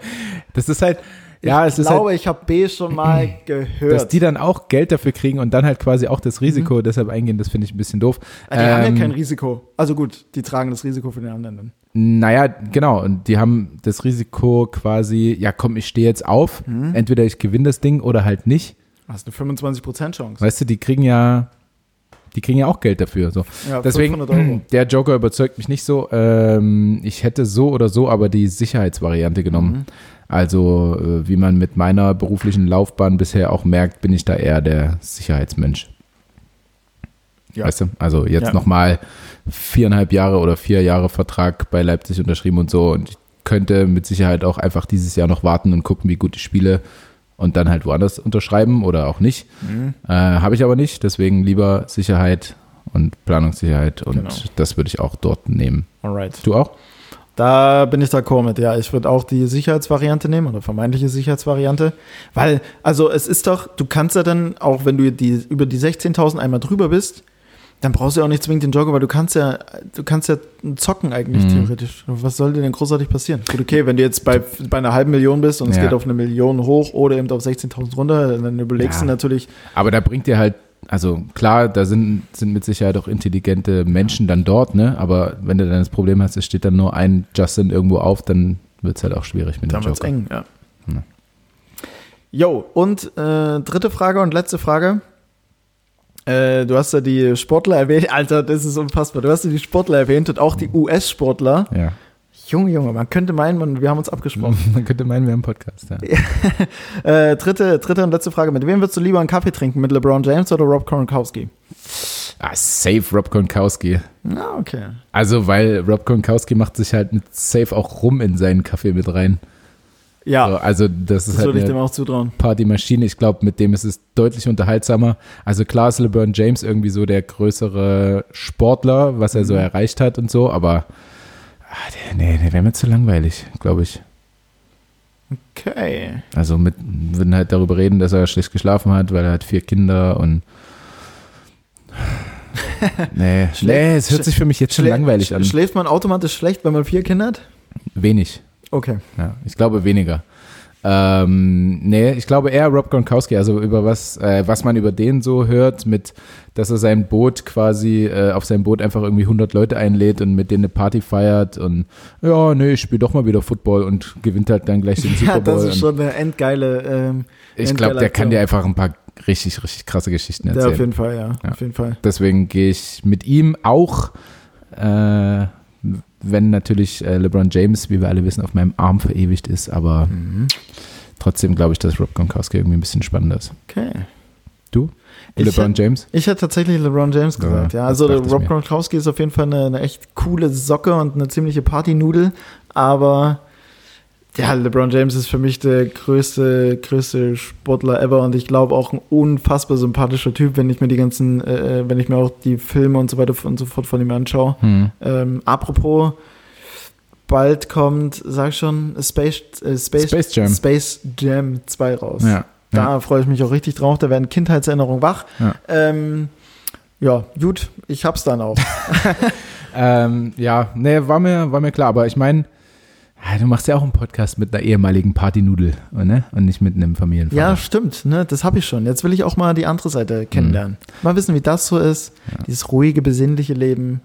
S2: das ist halt, ja, es
S1: ich
S2: ist halt,
S1: glaube, ich habe B schon mal gehört. Mhm.
S2: dass die dann auch Geld dafür kriegen und dann halt quasi auch das Risiko deshalb eingehen, das finde ich ein bisschen doof.
S1: Ah, Die haben
S2: Ähm,
S1: ja kein Risiko. Also gut, die tragen das Risiko für den anderen. dann.
S2: Naja, genau. Und die haben das Risiko quasi, ja komm, ich stehe jetzt auf.
S1: Mhm.
S2: Entweder ich gewinne das Ding oder halt nicht.
S1: Hast eine 25% Chance.
S2: Weißt du, die kriegen ja, die kriegen ja auch Geld dafür. So.
S1: Ja,
S2: Deswegen,
S1: 500 Euro.
S2: der Joker überzeugt mich nicht so. Ähm, ich hätte so oder so aber die Sicherheitsvariante genommen.
S1: Mhm.
S2: Also, äh, wie man mit meiner beruflichen Laufbahn bisher auch merkt, bin ich da eher der Sicherheitsmensch.
S1: Ja.
S2: Weißt du? Also jetzt
S1: Ja.
S2: nochmal viereinhalb Jahre oder vier Jahre Vertrag bei Leipzig unterschrieben und so. Und ich könnte mit Sicherheit auch einfach dieses Jahr noch warten und gucken, wie gut ich spiele und dann halt woanders unterschreiben oder auch nicht.
S1: Mhm.
S2: Äh, Habe ich aber nicht, deswegen lieber Sicherheit und Planungssicherheit und
S1: Genau.
S2: das würde ich auch dort nehmen.
S1: Alright.
S2: Du auch?
S1: Da bin ich d'accord mit. Ja, ich würde auch die Sicherheitsvariante nehmen oder vermeintliche Sicherheitsvariante. Weil, also es ist doch, du kannst ja dann, auch wenn du die, über die 16.000 einmal drüber bist, dann brauchst du ja auch nicht zwingend den Jogger, weil du kannst ja, du kannst ja zocken eigentlich
S2: Mhm.
S1: theoretisch. Was sollte denn großartig passieren? Gut, okay, wenn du jetzt bei, bei einer halben Million bist und es
S2: Ja.
S1: geht auf eine Million hoch oder eben auf 16.000 runter, dann überlegst
S2: Ja.
S1: du natürlich,
S2: Aber da bringt dir halt, also klar, da sind, sind mit Sicherheit auch intelligente Menschen dann dort, ne? Aber wenn du dann das Problem hast, es steht dann nur ein Justin irgendwo auf, dann wird es halt auch schwierig mit dem
S1: Dann wird's
S2: Joker.
S1: eng, ja. Jo, und äh, dritte Frage und letzte Frage. Äh, du hast ja die Sportler erwähnt. Alter, das ist unfassbar. Du hast ja die Sportler erwähnt und auch die US-Sportler.
S2: Ja.
S1: Junge, Junge, man könnte meinen, man, wir haben uns abgesprochen.
S2: Um, Man könnte meinen, wir haben einen Podcast, ja. Mhm.
S1: Äh, dritte, dritte und letzte Frage. Mit wem würdest du lieber einen Kaffee trinken? Mit LeBron James oder Rob Gronkowski?
S2: Ah, safe Rob Gronkowski.
S1: Na, okay.
S2: Also, weil Rob Gronkowski macht sich halt mit safe auch rum in seinen Kaffee mit rein.
S1: Ja,
S2: So, also, das ist
S1: das
S2: halt
S1: würde ich
S2: eine
S1: dem auch zutrauen.
S2: Partymaschine. Ich glaube, mit dem ist es deutlich unterhaltsamer. Also, klar ist LeBron James irgendwie so der größere Sportler, was
S1: Mhm.
S2: er so erreicht hat und so, aber ah, der, nee, der wäre mir zu langweilig, glaube ich.
S1: Okay.
S2: Also, mit, würden halt darüber reden, dass er schlecht geschlafen hat, weil er hat vier Kinder und. Nee, nee, es hört sich für mich jetzt schon
S1: Schlä-
S2: langweilig an.
S1: Schläft man automatisch schlecht, wenn man vier Kinder hat?
S2: Wenig.
S1: Okay.
S2: Ja, ich glaube weniger. Ähm, nee, ich glaube eher Rob Gronkowski, also über was, äh, was man über den so hört, mit, dass er sein Boot quasi, äh, auf sein Boot einfach irgendwie 100 Leute einlädt und mit denen eine Party feiert und ja, nee, ich spiele doch mal wieder Football und gewinnt halt dann gleich den Super
S1: Ja,
S2: Bowl.
S1: das ist
S2: und
S1: schon eine endgeile. Ähm,
S2: ich glaube, der kann dir
S1: ja
S2: einfach ein paar richtig, richtig krasse Geschichten
S1: Ja, auf
S2: erzählen.
S1: jeden Fall, ja.
S2: Ja.
S1: Auf jeden Fall.
S2: Deswegen gehe ich mit ihm auch, äh, wenn natürlich äh, LeBron James, wie wir alle wissen, auf meinem Arm verewigt ist, aber trotzdem glaube ich, dass Rob Gronkowski irgendwie ein bisschen spannender ist.
S1: Okay.
S2: Du?
S1: Ich
S2: LeBron
S1: hätt-
S2: James?
S1: Ich hätte tatsächlich LeBron James
S2: Ja,
S1: gesagt, ja.
S2: das
S1: Also der
S2: dachte ich
S1: Rob
S2: mir.
S1: Gronkowski ist auf jeden Fall eine, eine echt coole Socke und eine ziemliche Partynudel, aber ja, LeBron James ist für mich der größte, größte Sportler ever und ich glaube auch ein unfassbar sympathischer Typ, wenn ich mir die ganzen, äh, wenn ich mir auch die Filme und so weiter und so fort von ihm anschaue.
S2: Hm.
S1: Ähm, apropos, bald kommt, sag schon, Space, äh, Space,
S2: Space Jam.
S1: Space Jam 2 raus.
S2: Ja.
S1: Da freue ich mich auch richtig drauf. Da werden Kindheitserinnerungen wach.
S2: Ja.
S1: Ähm, ja, gut, ich hab's dann auch.
S2: Ähm, ja, nee, war mir, war mir klar, aber ich meine, ah, du machst ja auch einen Podcast mit einer ehemaligen Partynudel, ne? Und nicht mit einem
S1: ja,
S2: Familienvater.
S1: stimmt, ne? Das habe ich schon. Jetzt will ich auch mal die andere
S2: Mhm.
S1: Seite kennenlernen. Mal wissen, wie das so ist. Dieses ruhige, besinnliche Leben.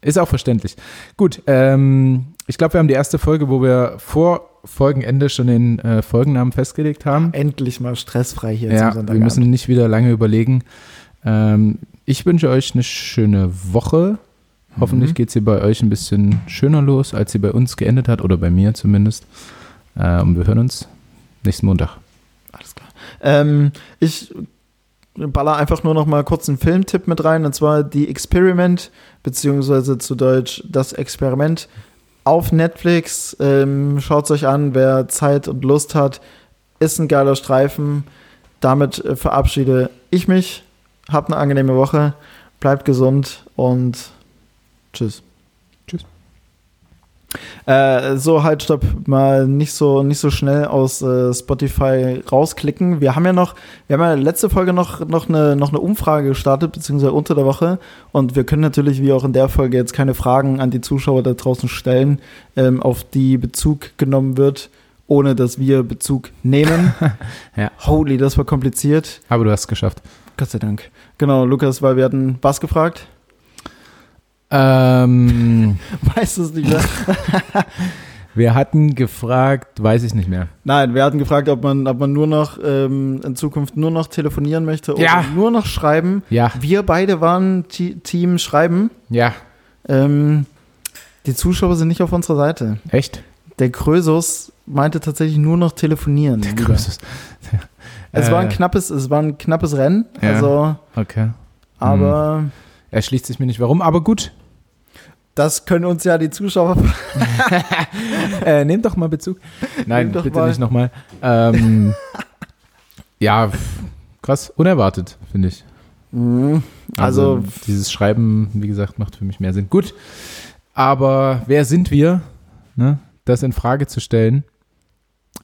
S2: Ist auch verständlich. Gut, ähm, ich glaube, wir haben die erste Folge, wo wir vor Folgenende schon den äh, Folgennamen festgelegt haben.
S1: Endlich mal stressfrei hier
S2: Ja,
S1: zum
S2: wir
S1: Sonntagabend.
S2: müssen nicht wieder lange überlegen. Ähm, ich wünsche euch eine schöne Woche. Hoffentlich geht es hier bei euch ein bisschen schöner los, als sie bei uns geendet hat oder bei mir zumindest. Äh, und wir hören uns nächsten Montag.
S1: Alles klar. Ähm, ich baller einfach nur noch mal kurz einen Filmtipp mit rein, und zwar die Experiment, beziehungsweise zu Deutsch das Experiment auf Netflix. Ähm, Schaut euch an, wer Zeit und Lust hat. Ist ein geiler Streifen. Damit äh, verabschiede ich mich. Habt eine angenehme Woche. Bleibt gesund und tschüss.
S2: Tschüss.
S1: Äh, so, halt, stopp, mal nicht so, nicht so schnell aus äh, Spotify rausklicken. Wir haben ja noch, wir haben ja letzte Folge noch, noch, eine, noch eine Umfrage gestartet, beziehungsweise unter der Woche. Und wir können natürlich, wie auch in der Folge, jetzt keine Fragen an die Zuschauer da draußen stellen, ähm, auf die Bezug genommen wird, ohne dass wir Bezug nehmen.
S2: Ja.
S1: Holy, das war kompliziert.
S2: Aber du hast es geschafft.
S1: Gott sei Dank. Genau, Lukas, weil wir hatten was gefragt.
S2: Ähm,
S1: Weißt du es nicht mehr?
S2: wir hatten gefragt, weiß ich nicht mehr.
S1: Nein, wir hatten gefragt, ob man, ob man nur noch ähm, in Zukunft nur noch telefonieren möchte oder
S2: Ja.
S1: nur noch schreiben.
S2: Ja,
S1: Wir beide waren T Team Schreiben.
S2: ja,
S1: Ähm, die Zuschauer sind nicht auf unserer Seite.
S2: echt?
S1: Der Krösus meinte tatsächlich nur noch telefonieren. Der
S2: Grüßes.
S1: Es war ein
S2: Äh.
S1: knappes, es war ein knappes Rennen.
S2: Ja. Mhm.
S1: Also,
S2: Okay.
S1: aber
S2: Erschließt sich mir nicht warum, aber gut.
S1: das können uns ja die Zuschauer.
S2: Äh, nehmt doch mal Bezug. Nein,
S1: Nehmt doch
S2: bitte
S1: mal.
S2: nicht nochmal. Ähm, ja, pf, krass, unerwartet, finde ich.
S1: Mhm. Also,
S2: dieses Schreiben, wie gesagt, macht für mich mehr Sinn. Gut, aber wer sind wir, ne? das in Frage zu stellen?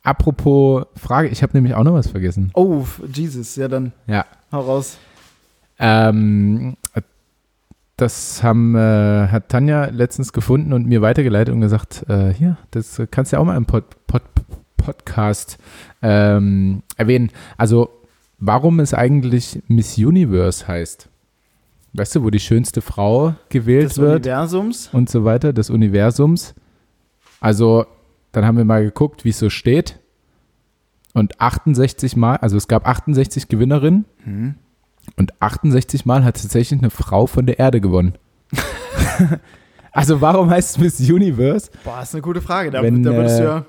S2: Apropos Frage, ich habe nämlich auch noch was vergessen.
S1: oh, Jesus, ja dann
S2: Also, Ja,
S1: hau raus.
S2: ähm, das haben, äh, hat Tanja letztens gefunden und mir weitergeleitet und gesagt, äh, hier, das kannst du ja auch mal im Pod, Pod, Podcast ähm, erwähnen. Also, warum es eigentlich Miss Universe heißt. Weißt du, wo die schönste Frau gewählt
S1: Des
S2: wird
S1: Universums.
S2: und so weiter, des Universums. Also, dann haben wir mal geguckt, wie es so steht. Und 68 Mal, also es gab 68 Gewinnerinnen. Und 68 Mal hat tatsächlich eine Frau von der Erde gewonnen. also, warum heißt es Miss Universe,
S1: Boah, ist eine gute Frage. Da,
S2: Wenn,
S1: da würdest du
S2: äh,
S1: ja.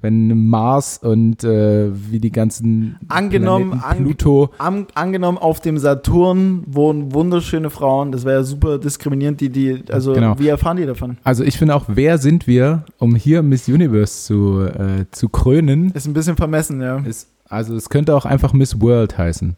S2: wenn Mars und äh, wie die ganzen.
S1: Angenommen,
S2: Planeten,
S1: an-
S2: Pluto.
S1: Am, angenommen, auf dem Saturn wohnen wunderschöne Frauen. Das wäre ja super diskriminierend, die, die, also
S2: Genau.
S1: wie erfahren die davon?
S2: Also, ich finde auch, wer sind wir, um hier Miss Universe zu, äh, zu krönen?
S1: Ist ein bisschen vermessen, ja.
S2: Ist, also, es könnte auch einfach Miss World heißen.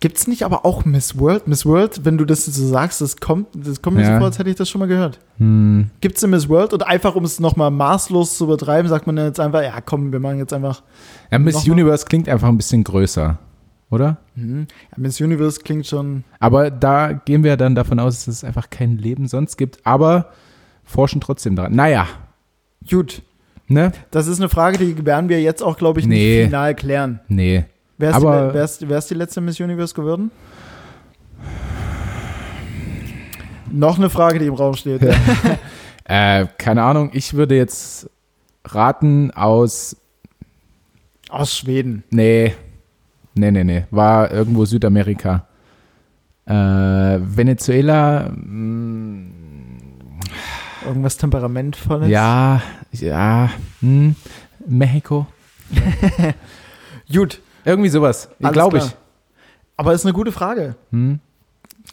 S1: Gibt's nicht aber auch Miss World? Miss World, wenn du das so sagst, das kommt, das kommt mir so
S2: Ja.
S1: vor, als hätte ich das schon mal gehört.
S2: Hm.
S1: Gibt's eine Miss World? Und einfach, um es nochmal maßlos zu übertreiben, sagt man dann jetzt einfach, ja komm, wir machen jetzt einfach.
S2: Ja, Miss
S1: Nochmal?
S2: Universe klingt einfach ein bisschen größer, oder?
S1: Hm, ja, Miss Universe klingt schon.
S2: Aber da gehen wir dann davon aus, dass es einfach kein Leben sonst gibt, aber forschen trotzdem daran. Naja,
S1: Gut.
S2: Ne?
S1: Das ist eine Frage, die werden wir jetzt auch, glaube ich, nicht
S2: Nee.
S1: final klären.
S2: Nee.
S1: Wer ist,
S2: Aber-
S1: die, wer, ist, wer ist die letzte Miss Universe geworden? Noch eine Frage, die im Raum steht.
S2: Äh, keine Ahnung, ich würde jetzt raten aus.
S1: Aus Schweden.
S2: Nee. Nee, nee, nee. War irgendwo Südamerika. Äh, Venezuela. mm, Mh,
S1: Irgendwas temperamentvolles.
S2: ja, ja. Hm, Mexiko.
S1: Gut,
S2: Irgendwie sowas.
S1: Alles
S2: Glaube ich.
S1: klar. aber ist eine gute Frage.
S2: Hm?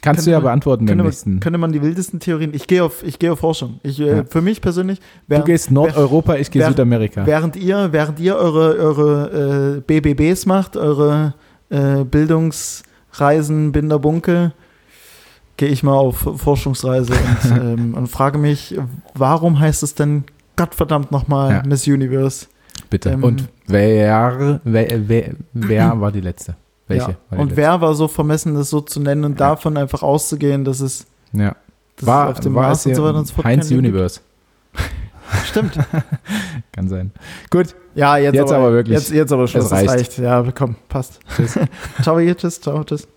S2: Kannst du ja
S1: Könnte man-
S2: beantworten beim
S1: Könnte
S2: nächsten.
S1: man, könnte man die wildesten Theorien. Ich gehe auf, ich gehe auf Forschung. Ich, äh,
S2: Ja.
S1: Für mich persönlich,
S2: Du
S1: während,
S2: gehst Nordeuropa, ich gehe
S1: wer-
S2: Südamerika.
S1: während ihr, während ihr eure, eure äh, BBBs macht, eure äh, Bildungsreisen, Binderbunke, gehe ich mal auf Forschungsreise und, ähm, und frage mich, warum heißt es denn Gottverdammt nochmal
S2: Ja.
S1: Miss Universe?
S2: Bitte.
S1: ähm,
S2: und wer, wer, wer, wer war die letzte? Welche?
S1: Ja.
S2: War die
S1: Und
S2: letzte?
S1: wer war so vermessen, das so zu nennen und davon einfach auszugehen, dass es,
S2: Ja.
S1: dass
S2: war
S1: es auf dem
S2: war
S1: Mars
S2: es
S1: und so
S2: hier
S1: weiter und so fort
S2: Heinz
S1: kein Leben
S2: Universe.
S1: gibt? Stimmt.
S2: Kann sein. Gut.
S1: Ja, jetzt,
S2: Jetzt aber wirklich.
S1: Jetzt, jetzt aber schon.
S2: Es reicht.
S1: Ja, komm, passt.
S2: Tschüss.
S1: ciao, ihr, tschüss, ciao, tschüss.